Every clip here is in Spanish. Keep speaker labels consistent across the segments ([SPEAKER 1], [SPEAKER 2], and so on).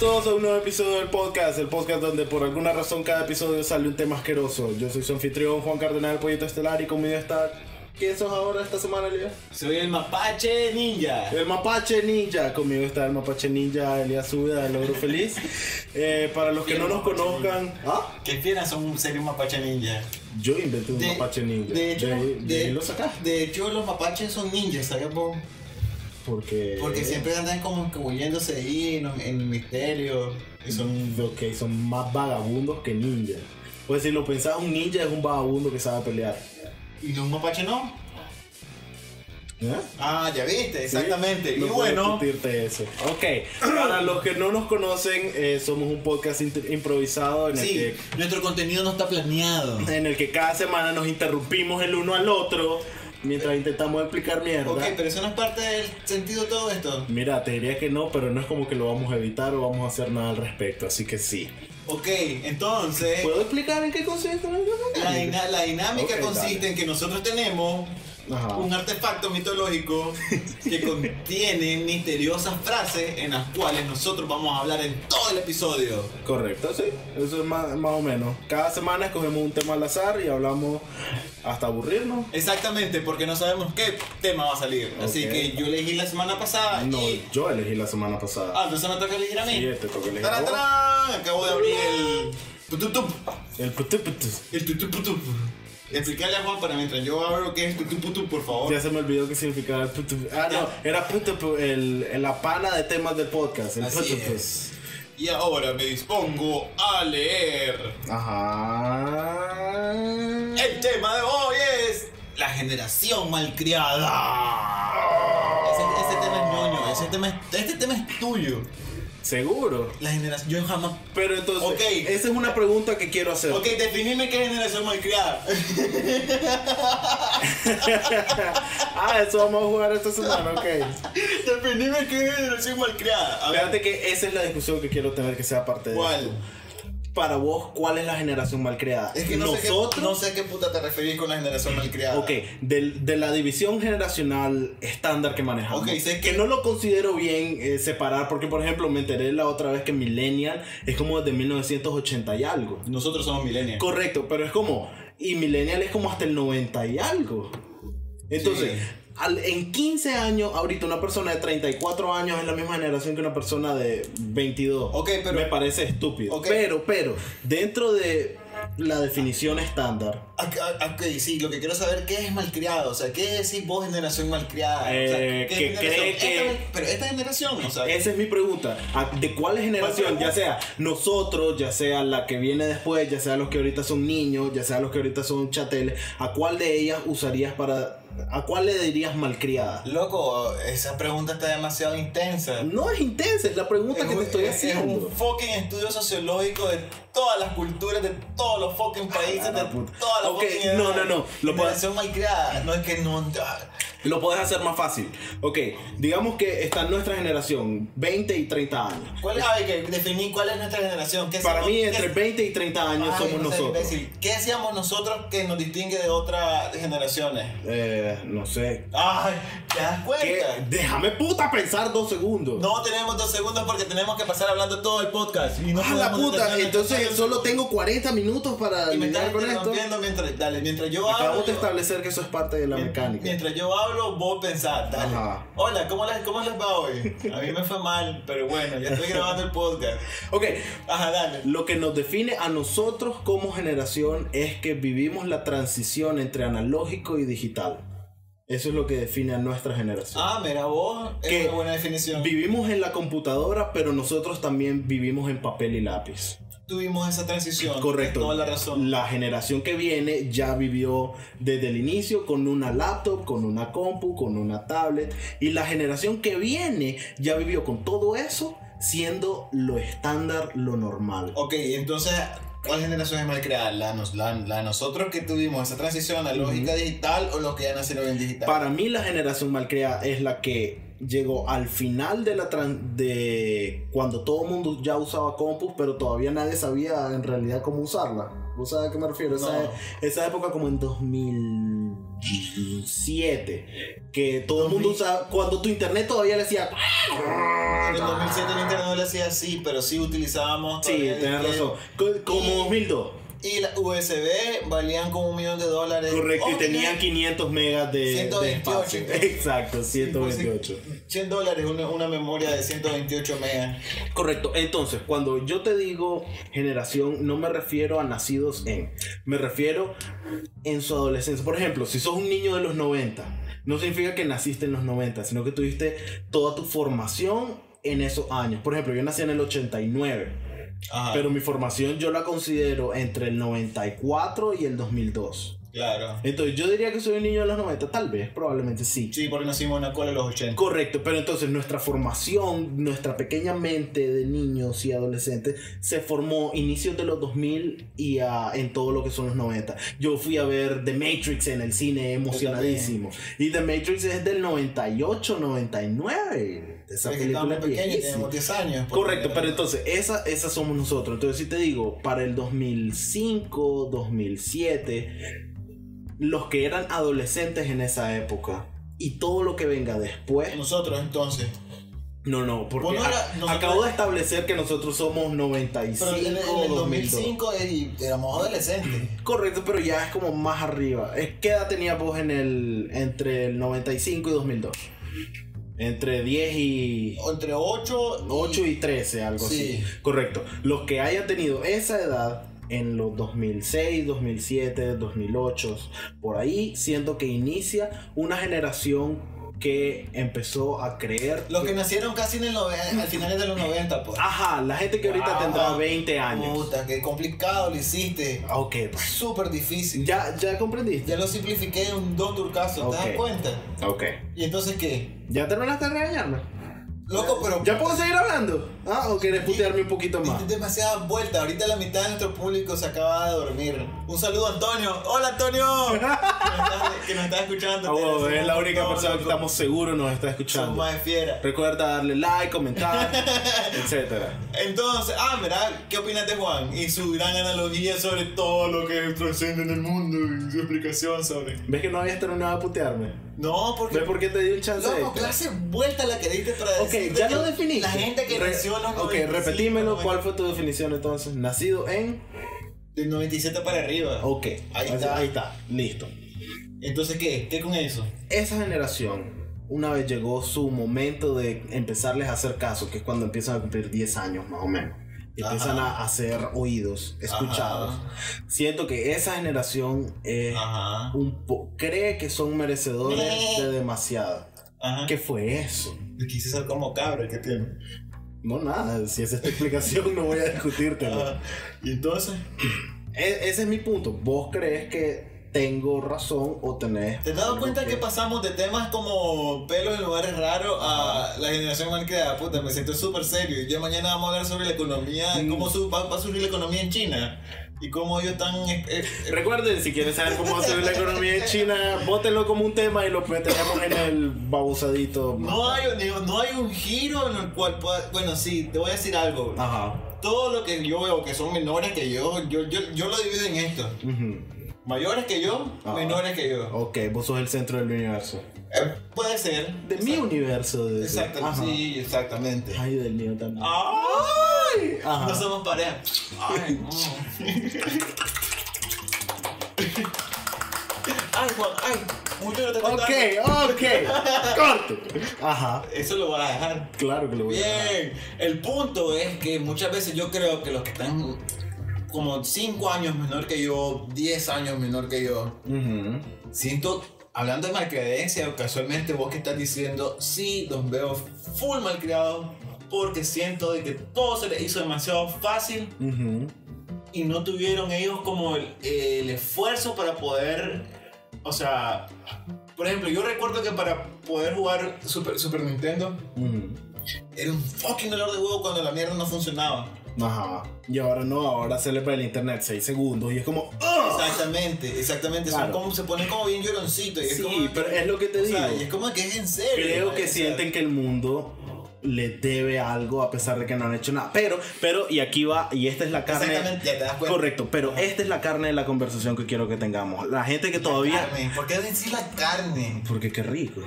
[SPEAKER 1] todos a un nuevo episodio del podcast, el podcast donde por alguna razón cada episodio sale un tema asqueroso. Yo soy su anfitrión Juan Cardenal, el pollito estelar y conmigo está... ¿Quién sos ahora esta semana, Elías?
[SPEAKER 2] Soy el mapache ninja.
[SPEAKER 1] El mapache ninja, conmigo está el mapache ninja Elías Suda, el ogro feliz. Eh, para los que no nos conozcan... ¿Ah?
[SPEAKER 2] ¿Qué fieras son ser un mapache ninja?
[SPEAKER 1] Yo inventé un mapache ninja.
[SPEAKER 2] de hecho,
[SPEAKER 1] De ahí- de
[SPEAKER 2] de-
[SPEAKER 1] ahí lo sacaste.
[SPEAKER 2] de hecho, los mapaches son ninjas, ¿sabes? po?
[SPEAKER 1] Porque...
[SPEAKER 2] Porque siempre andan como que huyéndose ahí en, en el misterio. Y son
[SPEAKER 1] Son, ok, son más vagabundos que ninjas. Pues si lo pensás, un ninja es un vagabundo que sabe pelear.
[SPEAKER 2] ¿Y no un mapache no?
[SPEAKER 1] ¿Eh?
[SPEAKER 2] Ah, ya viste, exactamente.
[SPEAKER 1] Sí,
[SPEAKER 2] y
[SPEAKER 1] no puedo
[SPEAKER 2] bueno,
[SPEAKER 1] discutirte eso. Ok, para los que no nos conocen, eh, somos un podcast inter- improvisado en el,
[SPEAKER 2] sí, nuestro contenido no está planeado.
[SPEAKER 1] que, en el que cada semana nos interrumpimos el uno al otro mientras intentamos explicar mierda.
[SPEAKER 2] Ok, pero eso no es parte del sentido de todo esto.
[SPEAKER 1] Mira, te diría que no, pero no es como que lo vamos a evitar o vamos a hacer nada al respecto, así que sí.
[SPEAKER 2] Ok, entonces.
[SPEAKER 1] ¿Puedo explicar en qué consiste?
[SPEAKER 2] Eh, La, dina- la dinámica
[SPEAKER 1] Ok,
[SPEAKER 2] consiste
[SPEAKER 1] dale.
[SPEAKER 2] en que nosotros tenemos
[SPEAKER 1] Ajá.
[SPEAKER 2] un artefacto mitológico que contiene misteriosas frases en las cuales nosotros vamos a hablar en todo el episodio.
[SPEAKER 1] Correcto, sí. Eso es más, más o menos. Cada semana escogemos un tema al azar y hablamos hasta aburrirnos.
[SPEAKER 2] Exactamente, porque no sabemos qué tema va a salir. Así
[SPEAKER 1] Ok.
[SPEAKER 2] que yo elegí la semana pasada
[SPEAKER 1] No,
[SPEAKER 2] y...
[SPEAKER 1] yo elegí la semana pasada.
[SPEAKER 2] Ah, entonces me toca elegir a mí.
[SPEAKER 1] Sí, te toca elegir a
[SPEAKER 2] ¡Tarán,
[SPEAKER 1] vos.
[SPEAKER 2] tarán! Acabo de abrir el... tututup,
[SPEAKER 1] "Oh, El putuputus.
[SPEAKER 2] El tutuputup. Explicarle a Juan para mientras yo abro qué es tutuputup, por favor.
[SPEAKER 1] Ya se me olvidó qué significaba el putupu. Ah, no, era putupu, el, el- la pana de temas del podcast. El
[SPEAKER 2] Así
[SPEAKER 1] putupu.
[SPEAKER 2] es. Y ahora me dispongo a leer.
[SPEAKER 1] Ajá.
[SPEAKER 2] El tema de hoy es la generación malcriada. Ese, ese tema es ñoño, ese tema es- este tema es tuyo.
[SPEAKER 1] Seguro.
[SPEAKER 2] La generación, yo jamás.
[SPEAKER 1] Pero entonces,
[SPEAKER 2] Ok.
[SPEAKER 1] esa es una pregunta que quiero hacer.
[SPEAKER 2] Ok, definime qué es generación malcriada.
[SPEAKER 1] Ah, eso vamos a jugar esta semana, ok.
[SPEAKER 2] definime qué es generación malcriada. A ver,
[SPEAKER 1] Fíjate que esa es la discusión que quiero tener que sea parte de.
[SPEAKER 2] ¿cuál?
[SPEAKER 1] Para vos, ¿cuál es la generación mal creada?
[SPEAKER 2] Es que no,
[SPEAKER 1] nosotros.
[SPEAKER 2] sé qué, no sé a qué puta te referís con la generación malcriada.
[SPEAKER 1] Ok, del- de, la división generacional estándar que manejamos.
[SPEAKER 2] Ok, sé
[SPEAKER 1] que
[SPEAKER 2] que-
[SPEAKER 1] no lo considero bien eh, separar, porque por ejemplo me enteré la otra vez que Millennial es como de 1980 y algo.
[SPEAKER 2] Nosotros somos millennials.
[SPEAKER 1] Correcto, pero es como, y Millennial es como hasta el 90 y algo. Entonces,
[SPEAKER 2] Sí.
[SPEAKER 1] al- en 15 años, ahorita una persona de 34 años es la misma generación que una persona de 22.
[SPEAKER 2] Ok, pero-
[SPEAKER 1] Me parece estúpido.
[SPEAKER 2] Ok.
[SPEAKER 1] Pero, pero, dentro de la definición estándar,
[SPEAKER 2] Ok, ok, sí, lo que quiero saber qué es malcriado, o sea, qué decís vos generación malcriada, o sea,
[SPEAKER 1] Eh, que
[SPEAKER 2] ¿qué generación?
[SPEAKER 1] cree que-
[SPEAKER 2] Esta- pero esta generación, o sea,
[SPEAKER 1] Esa es mi pregunta. ¿A- ¿De cuál generación? Ya sea nosotros, ya sea la que viene después, ya sea los que ahorita son niños, ya sea los que ahorita son chateles, ¿a cuál de ellas usarías para... ¿A cuál le dirías malcriada?
[SPEAKER 2] loco, esa pregunta está demasiado intensa.
[SPEAKER 1] No es intensa, es la pregunta que
[SPEAKER 2] un-
[SPEAKER 1] te estoy
[SPEAKER 2] es- es
[SPEAKER 1] haciendo.
[SPEAKER 2] un fucking estudio sociológico de todas las culturas, de todos los fucking países,
[SPEAKER 1] Ah,
[SPEAKER 2] de
[SPEAKER 1] la puta.
[SPEAKER 2] todas las
[SPEAKER 1] Ok,
[SPEAKER 2] fucking
[SPEAKER 1] no,
[SPEAKER 2] edades.
[SPEAKER 1] no, no, lo puedo-
[SPEAKER 2] generación malcriada, no es que no ah,
[SPEAKER 1] Lo puedes hacer más fácil. Ok, digamos que está nuestra generación, 20 y 30 años.
[SPEAKER 2] ¿Cuál a ver, que definí cuál es nuestra generación? ¿Qué
[SPEAKER 1] Para
[SPEAKER 2] somos-
[SPEAKER 1] mí,
[SPEAKER 2] qué-
[SPEAKER 1] entre 20 y 30 años
[SPEAKER 2] Ay,
[SPEAKER 1] somos
[SPEAKER 2] no seas
[SPEAKER 1] nosotros.
[SPEAKER 2] imbécil. ¿Qué hacíamos nosotros que nos distingue de otras generaciones?
[SPEAKER 1] Eh, no sé.
[SPEAKER 2] Ay, ¿te das cuenta?
[SPEAKER 1] ¿Qué? Déjame puta pensar dos segundos.
[SPEAKER 2] No tenemos dos segundos porque tenemos que pasar hablando todo el podcast. Y no
[SPEAKER 1] ¡Ah, la
[SPEAKER 2] podemos
[SPEAKER 1] puta!
[SPEAKER 2] detener-
[SPEAKER 1] Entonces solo tengo 40 minutos para
[SPEAKER 2] Y me
[SPEAKER 1] lidiar
[SPEAKER 2] estás
[SPEAKER 1] con esto.
[SPEAKER 2] interrumpiendo mientras, dale, mientras yo hablo.
[SPEAKER 1] Acabamos de establecer que eso es parte de la mecánica.
[SPEAKER 2] Mientras yo hablo, vos pensás, dale.
[SPEAKER 1] Ajá.
[SPEAKER 2] Hola, ¿cómo les, ¿cómo les va hoy? A mí me fue mal, pero bueno, ya estoy grabando el podcast.
[SPEAKER 1] Ok,
[SPEAKER 2] Ajá, dale.
[SPEAKER 1] lo que nos define a nosotros como generación es que vivimos la transición entre analógico y digital. Eso es lo que define a nuestra generación.
[SPEAKER 2] Ah, mira, vos,
[SPEAKER 1] ¿Qué?
[SPEAKER 2] es una buena
[SPEAKER 1] Ah.
[SPEAKER 2] definición.
[SPEAKER 1] Vivimos en la computadora, pero nosotros también vivimos en papel y lápiz.
[SPEAKER 2] Tuvimos esa transición.
[SPEAKER 1] Correcto.
[SPEAKER 2] Toda la razón.
[SPEAKER 1] La generación que viene ya vivió desde el inicio con una laptop, con una compu, con una tablet. Y la generación que viene ya vivió con todo eso siendo lo estándar, lo normal.
[SPEAKER 2] Ok, entonces, ¿cuál generación es mal creada? ¿La, nos- la, la nosotros que tuvimos esa transición a lógica digital o los que ya nacieron en digital?
[SPEAKER 1] Para mí la generación malcriada es la que llegó al final de la tran- de cuando todo el mundo ya usaba compus, pero todavía nadie sabía en realidad cómo usarla. ¿Vos sabes a qué me refiero? Esa,
[SPEAKER 2] No.
[SPEAKER 1] esa época como en 2000 2007, que todo el mundo usaba, cuando tu internet todavía le hacía...
[SPEAKER 2] En 2007 el internet no lo hacía así, pero sí utilizábamos.
[SPEAKER 1] Sí,
[SPEAKER 2] todavía el
[SPEAKER 1] tenés
[SPEAKER 2] disquete.
[SPEAKER 1] razón. Co- Como 2002.
[SPEAKER 2] Y la USB valían como un millón de dólares.
[SPEAKER 1] Correcto, y
[SPEAKER 2] Oh,
[SPEAKER 1] tenían
[SPEAKER 2] mira,
[SPEAKER 1] 500 megas de, de
[SPEAKER 2] 128.
[SPEAKER 1] espacio. Exacto, 128.
[SPEAKER 2] 100 dólares, una, una memoria de 128 megas.
[SPEAKER 1] Correcto, entonces cuando yo te digo generación, no me refiero a nacidos en, me refiero en su adolescencia. Por ejemplo, si sos un niño de los 90, no significa que naciste en los 90, sino que tuviste toda tu formación en esos años. Por ejemplo, yo nací en el 89,
[SPEAKER 2] Ajá.
[SPEAKER 1] pero mi formación yo la considero entre el 94 y el 2002.
[SPEAKER 2] claro.
[SPEAKER 1] Entonces yo diría que soy un niño de los 90, tal vez, probablemente sí.
[SPEAKER 2] Sí, porque nos hicimos una cola en los 80.
[SPEAKER 1] Correcto, pero entonces nuestra formación, nuestra pequeña mente de niños y adolescentes se formó inicios de los 2000 y ah, en todo lo que son los 90. Yo fui a ver The Matrix en el cine emocionadísimo. Y The Matrix es del 98, 99. Esa
[SPEAKER 2] Es que
[SPEAKER 1] película
[SPEAKER 2] estábamos
[SPEAKER 1] es
[SPEAKER 2] pequeños,
[SPEAKER 1] viejísima.
[SPEAKER 2] teníamos 10 años. porque-
[SPEAKER 1] Correcto, pero entonces, esa, esas somos nosotros. Entonces, si te digo, para el 2005, 2007, los que eran adolescentes en esa época y todo lo que venga después.
[SPEAKER 2] Nosotros entonces.
[SPEAKER 1] No, no, porque
[SPEAKER 2] Bueno,
[SPEAKER 1] a-
[SPEAKER 2] era- nosotros-
[SPEAKER 1] acabo de establecer que nosotros somos 95
[SPEAKER 2] Pero en, en el
[SPEAKER 1] 2002.
[SPEAKER 2] 2005 y- éramos adolescentes.
[SPEAKER 1] Correcto, pero ya es como más arriba. Es- ¿Qué edad tenías vos en el, entre el 95 y 2002? Entre 10 y...
[SPEAKER 2] Entre 8,
[SPEAKER 1] 8 y 13, algo
[SPEAKER 2] Sí.
[SPEAKER 1] así. Correcto. Los que hayan tenido esa edad en los 2006, 2007, 2008, por ahí, siento que inicia una generación que empezó a creer...
[SPEAKER 2] Los que nacieron casi en el noven- al final de los 90, pues.
[SPEAKER 1] Ajá, la gente que ahorita
[SPEAKER 2] Ajá.
[SPEAKER 1] tendrá 20 Ah, años.
[SPEAKER 2] Puta, qué complicado lo hiciste.
[SPEAKER 1] Ah, Ok, pues.
[SPEAKER 2] Súper difícil.
[SPEAKER 1] Ya, ya comprendiste.
[SPEAKER 2] Ya lo simplifiqué en un dos turcasos, ¿te
[SPEAKER 1] Ok.
[SPEAKER 2] das cuenta?
[SPEAKER 1] Ok.
[SPEAKER 2] ¿Y entonces qué?
[SPEAKER 1] ¿Ya terminaste de regañarme?
[SPEAKER 2] Loco, pero.
[SPEAKER 1] ¿Ya puedo seguir hablando? Ah, o querés putearme un poquito más.
[SPEAKER 2] Diste demasiadas vueltas. Ahorita la mitad de nuestro público se acaba de dormir. Un saludo a Antonio. ¡Hola, Antonio! que, nos está, que nos está escuchando.
[SPEAKER 1] Ah, huevo,
[SPEAKER 2] Tienes
[SPEAKER 1] es
[SPEAKER 2] un
[SPEAKER 1] la única
[SPEAKER 2] montón,
[SPEAKER 1] persona que
[SPEAKER 2] loco.
[SPEAKER 1] estamos seguros nos está
[SPEAKER 2] Somos
[SPEAKER 1] escuchando.
[SPEAKER 2] más fiera.
[SPEAKER 1] Recuerda darle like, comentar, etcétera.
[SPEAKER 2] Entonces, ah, mira, ¿qué opinas de Juan? Y su gran analogía sobre todo lo que trasciende en el mundo y su explicación sobre.
[SPEAKER 1] ¿Ves que no habías terminado de putearme?
[SPEAKER 2] No, porque.
[SPEAKER 1] ¿Ves por qué te di un chance
[SPEAKER 2] Loco,
[SPEAKER 1] extra?
[SPEAKER 2] clase vuelta la que diste para
[SPEAKER 1] Ok,
[SPEAKER 2] decir.
[SPEAKER 1] ya lo definiste.
[SPEAKER 2] La gente que
[SPEAKER 1] Re-
[SPEAKER 2] nació en los
[SPEAKER 1] Ok,
[SPEAKER 2] 95,
[SPEAKER 1] repetímelo.
[SPEAKER 2] ¿no?
[SPEAKER 1] ¿Cuál fue tu definición entonces? Nacido en.
[SPEAKER 2] Del 97 para arriba.
[SPEAKER 1] Ok.
[SPEAKER 2] Ahí está.
[SPEAKER 1] Ahí está. Listo.
[SPEAKER 2] Entonces, ¿qué? ¿Qué con eso?
[SPEAKER 1] esa generación, una vez llegó su momento de empezarles a hacer caso, que es cuando empiezan a cumplir 10 años más o menos. Y
[SPEAKER 2] Ajá.
[SPEAKER 1] Empiezan a, a ser oídos, escuchados. Siento que esa generación es
[SPEAKER 2] Ajá.
[SPEAKER 1] un po- cree que son merecedores
[SPEAKER 2] Eh.
[SPEAKER 1] de demasiado.
[SPEAKER 2] Ajá.
[SPEAKER 1] ¿Qué fue eso?
[SPEAKER 2] Le Quise ser como cabra que tiene.
[SPEAKER 1] No, nada, si esa es tu explicación no voy a discutírtelo.
[SPEAKER 2] Ajá. Y entonces.
[SPEAKER 1] E- ese es mi punto. ¿Vos crees que tengo razón o tenés...
[SPEAKER 2] ¿Te has dado cuenta que pasamos de temas como pelos en lugares raros a la generación mal creada? Puta, me siento súper serio. Ya mañana vamos a hablar sobre la economía,
[SPEAKER 1] Mm.
[SPEAKER 2] cómo su- va, va a surgir la economía en China y cómo ellos están. eh, eh,
[SPEAKER 1] Recuerden, si quieren saber cómo hacer la economía en China, bótenlo como un tema y lo metemos en el babusadito.
[SPEAKER 2] no, hay, un- no hay un giro en el cual pueda. Bueno, sí, te voy a decir algo.
[SPEAKER 1] Ah. Ajá.
[SPEAKER 2] Todo lo que yo veo que son menores que yo, yo, yo, yo lo divido en esto:
[SPEAKER 1] Ujú.
[SPEAKER 2] mayores que yo,
[SPEAKER 1] Ah.
[SPEAKER 2] menores que yo.
[SPEAKER 1] Ok, vos sos el centro del universo.
[SPEAKER 2] Eh, puede ser.
[SPEAKER 1] De mi universo. De,
[SPEAKER 2] Exactamente,
[SPEAKER 1] Ajá.
[SPEAKER 2] sí, exactamente.
[SPEAKER 1] Ay, del mío también.
[SPEAKER 2] ¡Ay!
[SPEAKER 1] Ajá.
[SPEAKER 2] No somos pareja. Ay, no. ay, Juan, ay. Mucho no te contaron.
[SPEAKER 1] Ok, ok. Corto. Ajá.
[SPEAKER 2] Eso lo vas a dejar.
[SPEAKER 1] Claro que lo voy a dejar.
[SPEAKER 2] Bien. El punto es que muchas veces yo creo que los que están como 5 años menor que yo, 10 años menor que yo,
[SPEAKER 1] Ujú.
[SPEAKER 2] siento. Hablando de malcredencia, casualmente vos que estás diciendo, sí, los veo full malcriados, porque siento de que todo se les hizo demasiado fácil
[SPEAKER 1] Ujú.
[SPEAKER 2] y no tuvieron ellos como el, el esfuerzo para poder, o sea, por ejemplo, yo recuerdo que para poder jugar Super, Super Nintendo
[SPEAKER 1] Ujú.
[SPEAKER 2] era un fucking dolor de huevo cuando la mierda no funcionaba.
[SPEAKER 1] Ajá. Y ahora no, ahora sale para el internet 6 segundos y es como. ¡ah!
[SPEAKER 2] Exactamente, exactamente. Son
[SPEAKER 1] Claro.
[SPEAKER 2] como, se ponen como bien lloroncitos. Y es
[SPEAKER 1] Sí,
[SPEAKER 2] como,
[SPEAKER 1] pero es lo que te
[SPEAKER 2] o
[SPEAKER 1] digo.
[SPEAKER 2] sea, y es como que es en serio.
[SPEAKER 1] Creo
[SPEAKER 2] ¿no?
[SPEAKER 1] que
[SPEAKER 2] O sea,
[SPEAKER 1] sienten que el mundo le debe algo a pesar de que no han hecho nada. Pero, pero, y aquí va, y esta es la carne.
[SPEAKER 2] Exactamente, pues. ya te das cuenta.
[SPEAKER 1] Correcto, pero esta es la carne de la conversación que quiero que tengamos. La gente que todavía.
[SPEAKER 2] Carne, ¿Por qué decir la carne?
[SPEAKER 1] Porque qué rico.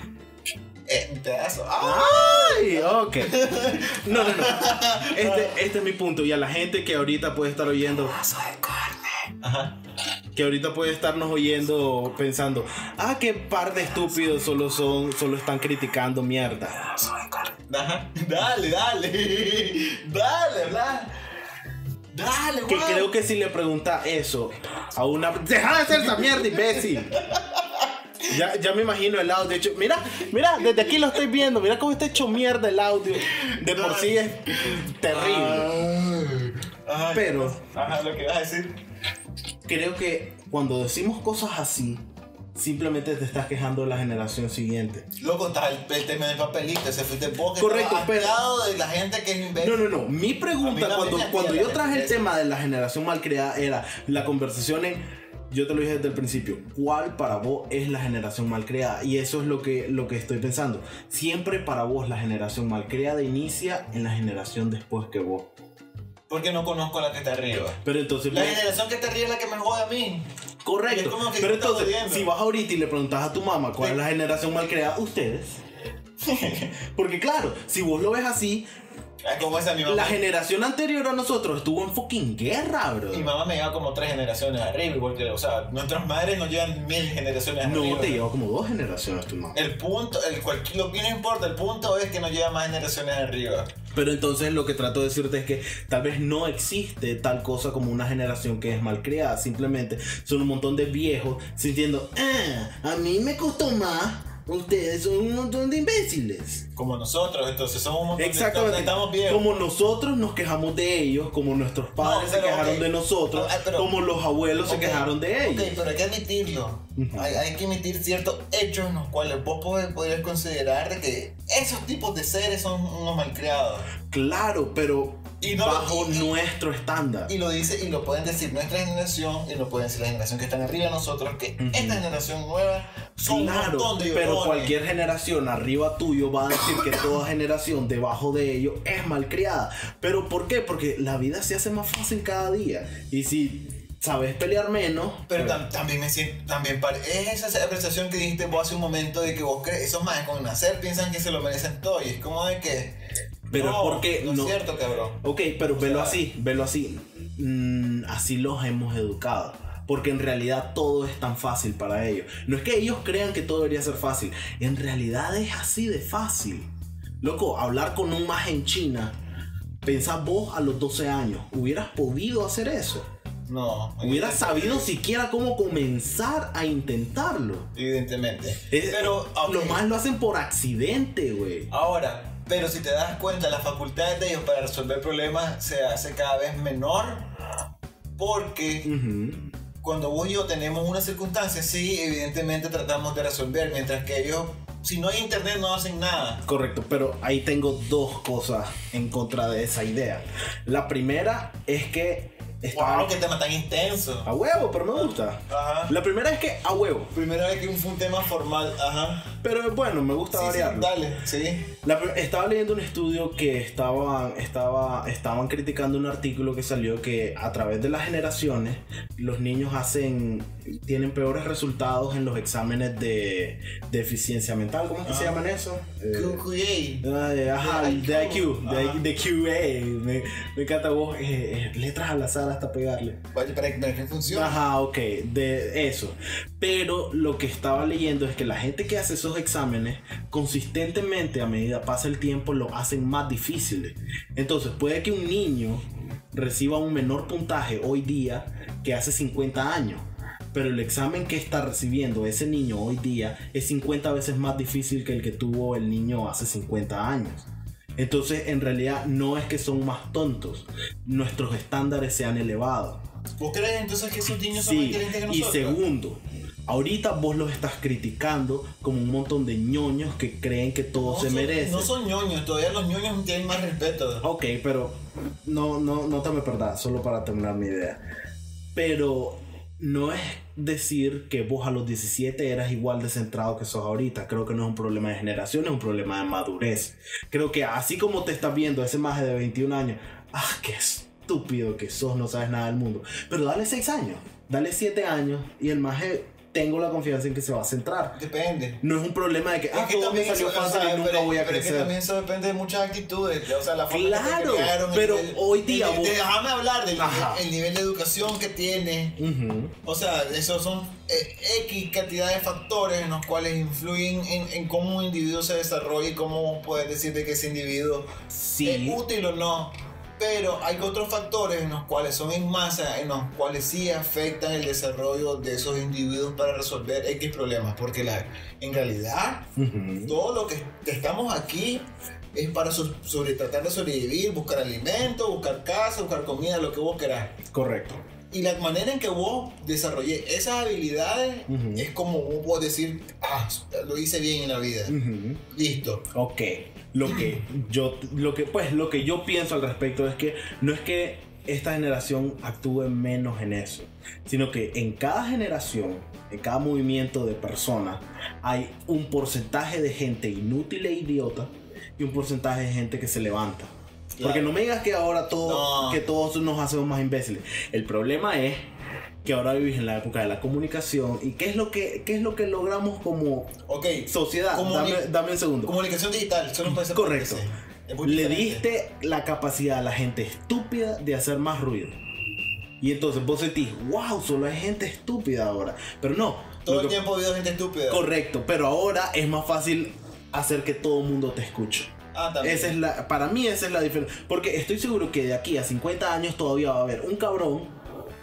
[SPEAKER 2] Eh, un pedazo. ¡Ah!
[SPEAKER 1] ¡Ay! Ok. No, no, no. Este, este es mi punto. Y a la gente que ahorita puede estar oyendo.
[SPEAKER 2] Ajá.
[SPEAKER 1] que ahorita puede estarnos oyendo pensando, ah, qué par de estúpidos solo son, solo están criticando mierda.
[SPEAKER 2] Ajá. Dale, dale. Dale, bla. Dale,
[SPEAKER 1] Que
[SPEAKER 2] guau.
[SPEAKER 1] creo que si le pregunta eso a una... ¡Deja de hacer esa mierda, imbécil! Ya, ya me imagino el audio hecho. Mira, mira, desde aquí lo estoy viendo. Mira cómo está hecho mierda el audio. De por sí es terrible.
[SPEAKER 2] Ay,
[SPEAKER 1] Pero
[SPEAKER 2] Ajá, lo que vas a decir.
[SPEAKER 1] creo que cuando decimos cosas así, simplemente te estás quejando de la generación siguiente.
[SPEAKER 2] Loco, está el, el tema del papelito, se fuiste vos que
[SPEAKER 1] Correcto,
[SPEAKER 2] estabas
[SPEAKER 1] pero-
[SPEAKER 2] hastiado de la gente que es imbécil.
[SPEAKER 1] No, no, no. Mi pregunta
[SPEAKER 2] A mí
[SPEAKER 1] cuando,
[SPEAKER 2] también me
[SPEAKER 1] cuando
[SPEAKER 2] hacía
[SPEAKER 1] yo
[SPEAKER 2] la
[SPEAKER 1] traje el
[SPEAKER 2] gente.
[SPEAKER 1] tema de la generación mal creada era la conversación en. Yo te lo dije desde el principio. ¿Cuál para vos es la generación mal creada? Y eso es lo que, lo que estoy pensando. Siempre para vos la generación mal creada inicia en la generación después que vos.
[SPEAKER 2] Porque no conozco a la que está arriba.
[SPEAKER 1] Pero entonces.
[SPEAKER 2] La
[SPEAKER 1] vos-
[SPEAKER 2] generación que está arriba es la que me jode a mí. es
[SPEAKER 1] correcto.
[SPEAKER 2] como que
[SPEAKER 1] Pero
[SPEAKER 2] está
[SPEAKER 1] entonces,
[SPEAKER 2] jodiendo.
[SPEAKER 1] si vas ahorita y le preguntas a tu mamá cuál
[SPEAKER 2] Sí.
[SPEAKER 1] es la generación mal creada, ustedes. Porque claro, si vos lo ves así,
[SPEAKER 2] Ay, ¿Cómo es Ah, mi mamá?
[SPEAKER 1] la generación anterior a nosotros estuvo en fucking guerra, bro.
[SPEAKER 2] Mi mamá me lleva como tres generaciones arriba, igual que, o sea, nuestras madres nos llevan mil generaciones arriba.
[SPEAKER 1] No, te llevo como dos generaciones tu mamá.
[SPEAKER 2] El punto, el cual, lo que no importa, el punto es que nos lleva más generaciones arriba.
[SPEAKER 1] Pero entonces lo que trato de decirte es que tal vez no existe tal cosa como una generación que es malcriada. Simplemente son un montón de viejos sintiendo, ah, a mí me costó más. Ustedes son un montón de imbéciles.
[SPEAKER 2] Como nosotros, entonces somos un montón de-
[SPEAKER 1] Exactamente.
[SPEAKER 2] estamos viejos.
[SPEAKER 1] Como nosotros nos quejamos de ellos, como nuestros padres se
[SPEAKER 2] pero,
[SPEAKER 1] quejaron
[SPEAKER 2] ok.
[SPEAKER 1] de nosotros,
[SPEAKER 2] Ah, pero-
[SPEAKER 1] como los abuelos
[SPEAKER 2] Ok,
[SPEAKER 1] se quejaron de ellos.
[SPEAKER 2] Ok, pero hay que admitirlo.
[SPEAKER 1] Ujú.
[SPEAKER 2] Hay, hay que admitir ciertos hechos en los cuales vos podés, podrías considerar de que esos tipos de seres son unos malcriados.
[SPEAKER 1] Claro, pero
[SPEAKER 2] Y no-
[SPEAKER 1] bajo
[SPEAKER 2] y- y-
[SPEAKER 1] nuestro estándar.
[SPEAKER 2] Y lo dice y lo pueden decir nuestra generación y lo pueden decir la generación que están arriba de nosotros, que
[SPEAKER 1] Ujú.
[SPEAKER 2] esta generación nueva son un
[SPEAKER 1] Claro,
[SPEAKER 2] montón de
[SPEAKER 1] pero
[SPEAKER 2] llorones.
[SPEAKER 1] cualquier generación arriba tuyo va a decir que toda generación debajo de ellos es malcriada. ¿Pero por qué? Porque la vida se hace más fácil cada día. Y si sabes pelear menos.
[SPEAKER 2] Pero tam- también me siento, también pare- es esa apreciación que dijiste vos hace un momento de que vos crees, esos más con nacer piensan que se lo merecen todo y es como de que...
[SPEAKER 1] Pero
[SPEAKER 2] no,
[SPEAKER 1] porque
[SPEAKER 2] no,
[SPEAKER 1] no-
[SPEAKER 2] es cierto, cabrón.
[SPEAKER 1] Ok, pero
[SPEAKER 2] O
[SPEAKER 1] velo
[SPEAKER 2] sea-
[SPEAKER 1] así, velo así. Mm, así los hemos educado. Porque en realidad todo es tan fácil para ellos. No es que ellos crean que todo debería ser fácil. En realidad es así de fácil. Loco, hablar con un más en China. Pensá vos a los 12 años. ¿Hubieras podido hacer eso?
[SPEAKER 2] No.
[SPEAKER 1] ¿Hubieras sabido siquiera cómo comenzar a intentarlo?
[SPEAKER 2] Evidentemente.
[SPEAKER 1] Es-
[SPEAKER 2] pero ok,
[SPEAKER 1] Los más Eh, lo hacen por accidente, güey.
[SPEAKER 2] ahora, pero si te das cuenta, las facultades de ellos para resolver problemas se hace cada vez menor porque
[SPEAKER 1] Ujú.
[SPEAKER 2] cuando vos y yo tenemos una circunstancia, sí, evidentemente tratamos de resolver, mientras que ellos, si no hay internet, no hacen nada.
[SPEAKER 1] Correcto, pero ahí tengo dos cosas en contra de esa idea. La primera es que está
[SPEAKER 2] Wow, qué tema tan intenso.
[SPEAKER 1] a huevo, pero me gusta.
[SPEAKER 2] Ajá.
[SPEAKER 1] La primera es que a huevo,
[SPEAKER 2] Primera vez que un, fue un tema formal, ajá.
[SPEAKER 1] pero bueno, me gusta
[SPEAKER 2] Sí, sí,
[SPEAKER 1] variarlo.
[SPEAKER 2] dale, sí.
[SPEAKER 1] La pr- estaba leyendo un estudio que estaban, estaba, estaban criticando un artículo que salió que a través de las generaciones los niños hacen, tienen peores resultados en los exámenes de deficiencia mental. ¿Cómo es que se
[SPEAKER 2] Ah.
[SPEAKER 1] llaman eso? Eh,
[SPEAKER 2] QQA.
[SPEAKER 1] Ay, Ah, ajá,
[SPEAKER 2] De
[SPEAKER 1] el de
[SPEAKER 2] IQ,
[SPEAKER 1] IQ, de,
[SPEAKER 2] ajá.
[SPEAKER 1] de QA. Me, me encanta vos, eh, eh, letras al azar hasta pegarle.
[SPEAKER 2] Vaya, para que- para que funcione.
[SPEAKER 1] Ajá, ok, de eso. Pero lo que estaba leyendo es que la gente que hace esos exámenes, consistentemente a medida pasa el tiempo, lo hacen más difíciles. Entonces, puede que un niño reciba un menor puntaje hoy día que hace 50 años. Pero el examen que está recibiendo ese niño hoy día es 50 veces más difícil que el que tuvo el niño hace 50 años. Entonces, en realidad, no es que son más tontos. Nuestros estándares se han elevado.
[SPEAKER 2] ¿Vos crees entonces que esos niños son más
[SPEAKER 1] Sí,
[SPEAKER 2] inteligentes que
[SPEAKER 1] y
[SPEAKER 2] nosotros?
[SPEAKER 1] segundo, ahorita vos los estás criticando como un montón de ñoños que creen que todo se
[SPEAKER 2] son-
[SPEAKER 1] merece.
[SPEAKER 2] No son ñoños, todavía los ñoños tienen más respeto.
[SPEAKER 1] Ok, pero no, no, no te me perdás, solo para terminar mi idea. Pero no es, decir que vos a los 17 eras igual de centrado que sos ahorita. Creo que no es un problema de generación, es un problema de madurez. Creo que así como te estás viendo ese maje de 21 años, ah, qué estúpido que sos, no sabes nada del mundo. Pero dale 6 años, dale 7 años y el maje tengo la confianza en que se va a centrar.
[SPEAKER 2] Depende.
[SPEAKER 1] No es un problema de que, ah,
[SPEAKER 2] Es que
[SPEAKER 1] todo me
[SPEAKER 2] también
[SPEAKER 1] salió
[SPEAKER 2] eso- o
[SPEAKER 1] fácil
[SPEAKER 2] sea,
[SPEAKER 1] y nunca
[SPEAKER 2] pero-
[SPEAKER 1] voy a
[SPEAKER 2] pero es que
[SPEAKER 1] crecer.
[SPEAKER 2] también eso depende de muchas actitudes. O sea, la forma en la que te
[SPEAKER 1] Claro,
[SPEAKER 2] criaron, el
[SPEAKER 1] pero
[SPEAKER 2] nivel-
[SPEAKER 1] hoy día
[SPEAKER 2] el-
[SPEAKER 1] vos-
[SPEAKER 2] de- Déjame hablar del
[SPEAKER 1] Ajá.
[SPEAKER 2] el nivel de educación que tienes.
[SPEAKER 1] Ujú.
[SPEAKER 2] O sea, esos son eh, X cantidad de factores en los cuales influyen en, en cómo un individuo se desarrolla y cómo vos puedes decir de que ese individuo
[SPEAKER 1] Sí.
[SPEAKER 2] es útil o no. Pero hay otros factores en los cuales son en masa, en los cuales sí afectan el desarrollo de esos individuos para resolver X problemas. Porque la, en realidad,
[SPEAKER 1] Ujú.
[SPEAKER 2] todo lo que estamos aquí es para so- sobre, tratar de sobrevivir, buscar alimento, buscar casa, buscar comida, lo que vos querás.
[SPEAKER 1] Correcto.
[SPEAKER 2] Y la manera en que vos desarrollé esas habilidades
[SPEAKER 1] Ujú.
[SPEAKER 2] es como vos podés decir, ah, lo hice bien en la vida.
[SPEAKER 1] Ujú.
[SPEAKER 2] Listo.
[SPEAKER 1] Ok. Lo que yo lo que pues lo que yo pienso al respecto es que no es que esta generación actúe menos en eso, sino que en cada generación, en cada movimiento de personas hay un porcentaje de gente inútil e idiota y un porcentaje de gente que se levanta. Porque
[SPEAKER 2] Claro.
[SPEAKER 1] no me digas que ahora todo,
[SPEAKER 2] No.
[SPEAKER 1] que todos nos hacemos más imbéciles. El problema es que ahora vivís en la época de la comunicación y qué es lo que qué es lo que logramos como
[SPEAKER 2] Ok.
[SPEAKER 1] sociedad.
[SPEAKER 2] Comuni-
[SPEAKER 1] Dame, dame un segundo.
[SPEAKER 2] Comunicación digital, solo puede ser
[SPEAKER 1] Correcto.
[SPEAKER 2] por PC. Es muy
[SPEAKER 1] Le
[SPEAKER 2] diferente.
[SPEAKER 1] diste la capacidad a la gente estúpida de hacer más ruido. Y entonces vos sentís, wow, solo hay gente estúpida ahora. Pero no.
[SPEAKER 2] Todo
[SPEAKER 1] lo
[SPEAKER 2] el
[SPEAKER 1] que-
[SPEAKER 2] tiempo video gente estúpida.
[SPEAKER 1] Correcto, pero ahora es más fácil hacer que todo el mundo te escuche.
[SPEAKER 2] Ah, también.
[SPEAKER 1] Esa es la, para mí esa es la diferencia. Porque estoy seguro que de aquí a 50 años todavía va a haber un cabrón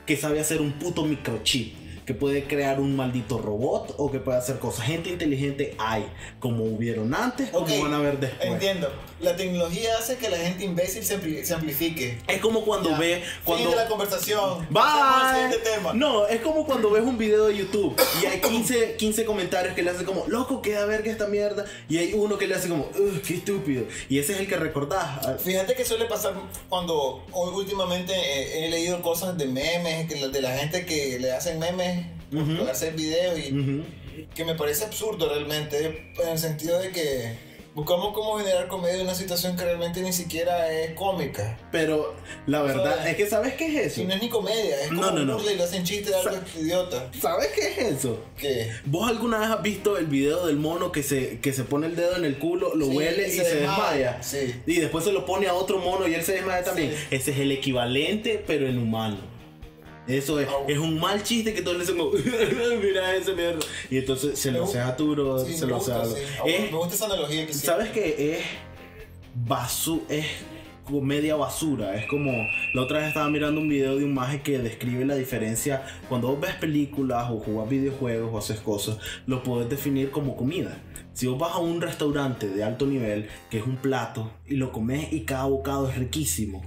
[SPEAKER 1] que sabe hacer un puto microchip. Que puede crear un maldito robot o que puede hacer cosas. Gente inteligente hay. Como hubieron antes,
[SPEAKER 2] Ok,
[SPEAKER 1] como van a haber después.
[SPEAKER 2] Entiendo. La tecnología hace que la gente imbécil se, ampli- se amplifique.
[SPEAKER 1] Es como cuando
[SPEAKER 2] Ya.
[SPEAKER 1] ve cuando
[SPEAKER 2] Fin de la conversación. Pasemos al
[SPEAKER 1] Bye.
[SPEAKER 2] siguiente tema.
[SPEAKER 1] No, es como cuando ves un video de YouTube y hay 15, 15 comentarios que le hacen como, loco, queda verga esta mierda. Y hay uno que le hace como, "Ugh, qué estúpido. Y ese es el que recordás. Ah,
[SPEAKER 2] Fíjate que suele pasar cuando hoy últimamente eh, he leído cosas de memes, que la- de la gente que le hacen memes,
[SPEAKER 1] Ujú.
[SPEAKER 2] por hacer videos y
[SPEAKER 1] ujú.
[SPEAKER 2] que me parece absurdo realmente, en el sentido de que buscamos cómo generar comedia en una situación que realmente ni siquiera es cómica.
[SPEAKER 1] Pero la verdad
[SPEAKER 2] Joder.
[SPEAKER 1] es que, ¿sabes qué es
[SPEAKER 2] Si no
[SPEAKER 1] eso?
[SPEAKER 2] es ni comedia, es como
[SPEAKER 1] No, no, no.
[SPEAKER 2] burla y le hacen chiste de algo idiota.
[SPEAKER 1] ¿Sabes qué es eso?
[SPEAKER 2] Que
[SPEAKER 1] ¿Vos alguna vez has visto el video del mono que se, que se pone el dedo en el culo, lo
[SPEAKER 2] Sí,
[SPEAKER 1] huele y se, desmaya?
[SPEAKER 2] Sí.
[SPEAKER 1] Y después se lo pone a otro mono y él se desmaya también.
[SPEAKER 2] Sí.
[SPEAKER 1] Ese es el equivalente, pero en humano. Eso es,
[SPEAKER 2] Au.
[SPEAKER 1] es un mal chiste que todos le dicen como, mira ese mierda. Y entonces se
[SPEAKER 2] Me
[SPEAKER 1] lo
[SPEAKER 2] gu-
[SPEAKER 1] haces a tu bro,
[SPEAKER 2] Sí,
[SPEAKER 1] se
[SPEAKER 2] me
[SPEAKER 1] lo haces
[SPEAKER 2] gusta,
[SPEAKER 1] a
[SPEAKER 2] sí. Ah,
[SPEAKER 1] Es-
[SPEAKER 2] bueno, Me gusta esa analogía que hiciste.
[SPEAKER 1] ¿Sabes qué? Es basu es comedia basura. Es como. La otra vez estaba mirando un video de un maje que describe la diferencia. Cuando vos ves películas o jugás videojuegos o haces cosas, lo podés definir como comida. Si vos vas a un restaurante de alto nivel, que es un plato, y lo comes y cada bocado es riquísimo.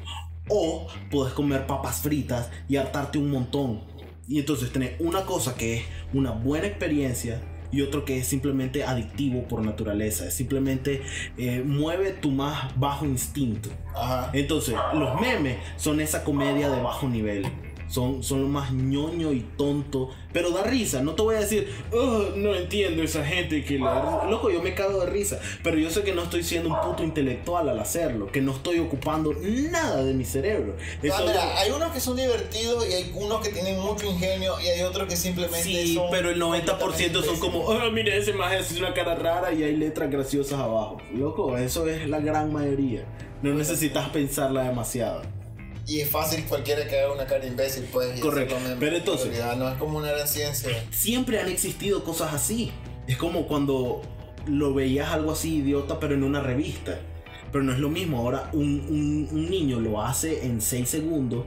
[SPEAKER 1] O podés comer papas fritas y hartarte un montón. Y entonces tenés una cosa que es una buena experiencia y otro que es simplemente adictivo por naturaleza. Es simplemente eh, mueve tu más bajo instinto.
[SPEAKER 2] Ajá.
[SPEAKER 1] Entonces, los memes son esa comedia de bajo nivel. Son, son lo más ñoño y tonto. Pero da risa. No te voy a decir, "Ugh, no entiendo esa gente que la... da risa". Loco, yo me cago de risa. Pero yo sé que no estoy siendo un puto intelectual al hacerlo. Que no estoy ocupando nada de mi cerebro. Eso
[SPEAKER 2] Ah, mira, hay unos que son divertidos y hay unos que tienen mucho ingenio y hay otros que simplemente
[SPEAKER 1] Sí,
[SPEAKER 2] son
[SPEAKER 1] pero el 90% son
[SPEAKER 2] completamente
[SPEAKER 1] como, oh, mire, ese maje es una cara rara y hay letras graciosas abajo. Loco, eso es la gran mayoría. No necesitas pensarla demasiado.
[SPEAKER 2] imbéciles. Y es fácil cualquiera que haga una cara imbécil, pues. y
[SPEAKER 1] Correcto.
[SPEAKER 2] hacerlo meme.
[SPEAKER 1] Pero entonces-
[SPEAKER 2] En realidad no es como una gran ciencia.
[SPEAKER 1] Siempre han existido cosas así. Es como cuando lo veías algo así idiota, pero en una revista. Pero no es lo mismo. Ahora un, un- un niño lo hace en 6 segundos.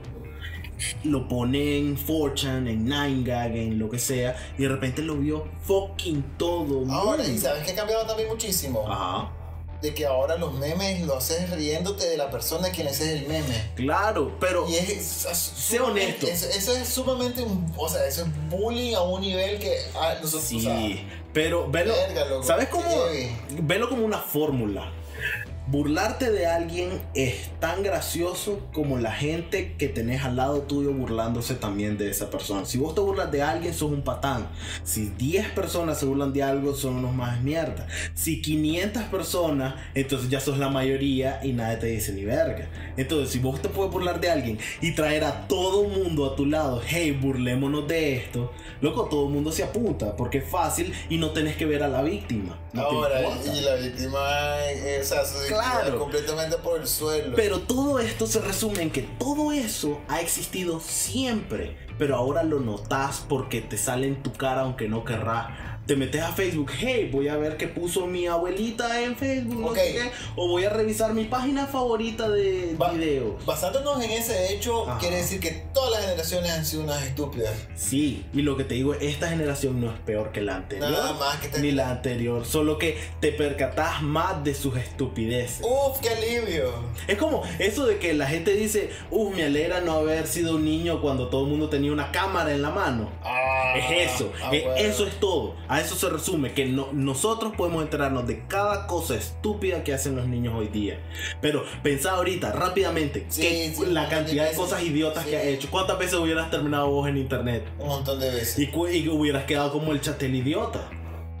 [SPEAKER 1] Lo pone en 4chan, en 9gag, en lo que sea. Y de repente lo vio fucking todo.
[SPEAKER 2] Ahora, y
[SPEAKER 1] mundo.
[SPEAKER 2] sabes que ha cambiado también muchísimo.
[SPEAKER 1] Ajá.
[SPEAKER 2] De que ahora los memes lo haces riéndote de la persona a quien haces el meme.
[SPEAKER 1] Claro, pero
[SPEAKER 2] Y es. es- es-
[SPEAKER 1] Sé honesto.
[SPEAKER 2] Eso, eso es sumamente. un- O sea, eso es bullying a un nivel que. ah, nosotros, o sea,
[SPEAKER 1] Sí, pero velo,
[SPEAKER 2] verga, loco,
[SPEAKER 1] ¿sabes
[SPEAKER 2] qué
[SPEAKER 1] cómo?
[SPEAKER 2] heavy.
[SPEAKER 1] Velo como una fórmula. burlarte de alguien es tan gracioso como la gente que tenés al lado tuyo burlándose también de esa persona. Si vos te burlas de alguien, sos un patán. Si 10 personas se burlan de algo, son unos más mierda. Si 500 personas, entonces ya sos la mayoría y nadie te dice ni verga. Entonces, si vos te puedes burlar de alguien y traer a todo mundo a tu lado, hey, burlémonos de esto, loco, todo el mundo se apunta porque es fácil y no tenés que ver a la víctima. No te
[SPEAKER 2] Ahora,
[SPEAKER 1] importa.
[SPEAKER 2] y la víctima eh, o sea, se
[SPEAKER 1] Claro.
[SPEAKER 2] queda completamente por el suelo.
[SPEAKER 1] Pero todo esto se resume en que todo eso ha existido siempre, pero ahora lo notas porque te sale en tu cara aunque no querrás. Te metes a Facebook, hey, voy a ver qué puso mi abuelita en Facebook, no
[SPEAKER 2] Ok.
[SPEAKER 1] sé qué, o voy a revisar mi página favorita de
[SPEAKER 2] Va-
[SPEAKER 1] videos.
[SPEAKER 2] Basándonos en ese hecho,
[SPEAKER 1] Ajá.
[SPEAKER 2] quiere decir que todas las generaciones han sido unas estúpidas.
[SPEAKER 1] Sí, y lo que te digo, esta generación no es peor que la anterior.
[SPEAKER 2] Nada más que te...
[SPEAKER 1] Ni la anterior, solo que te percatás más de sus estupideces.
[SPEAKER 2] Uf, qué alivio.
[SPEAKER 1] Es como eso de que la gente dice, uff, me alegra no haber sido un niño cuando todo el mundo tenía una cámara en la mano. Es eso,
[SPEAKER 2] Ah,
[SPEAKER 1] eh,
[SPEAKER 2] bueno.
[SPEAKER 1] eso es todo. A eso se resume, que no- nosotros podemos enterarnos de cada cosa estúpida que hacen los niños hoy día. Pero pensá ahorita, rápidamente,
[SPEAKER 2] Sí,
[SPEAKER 1] que
[SPEAKER 2] sí,
[SPEAKER 1] la
[SPEAKER 2] un
[SPEAKER 1] cantidad
[SPEAKER 2] montón de
[SPEAKER 1] de cosas
[SPEAKER 2] veces.
[SPEAKER 1] idiotas que
[SPEAKER 2] Sí.
[SPEAKER 1] has hecho. ¿Cuántas veces hubieras terminado vos en internet?
[SPEAKER 2] Un montón de veces.
[SPEAKER 1] Y, cu- y hubieras quedado como el chatel idiota.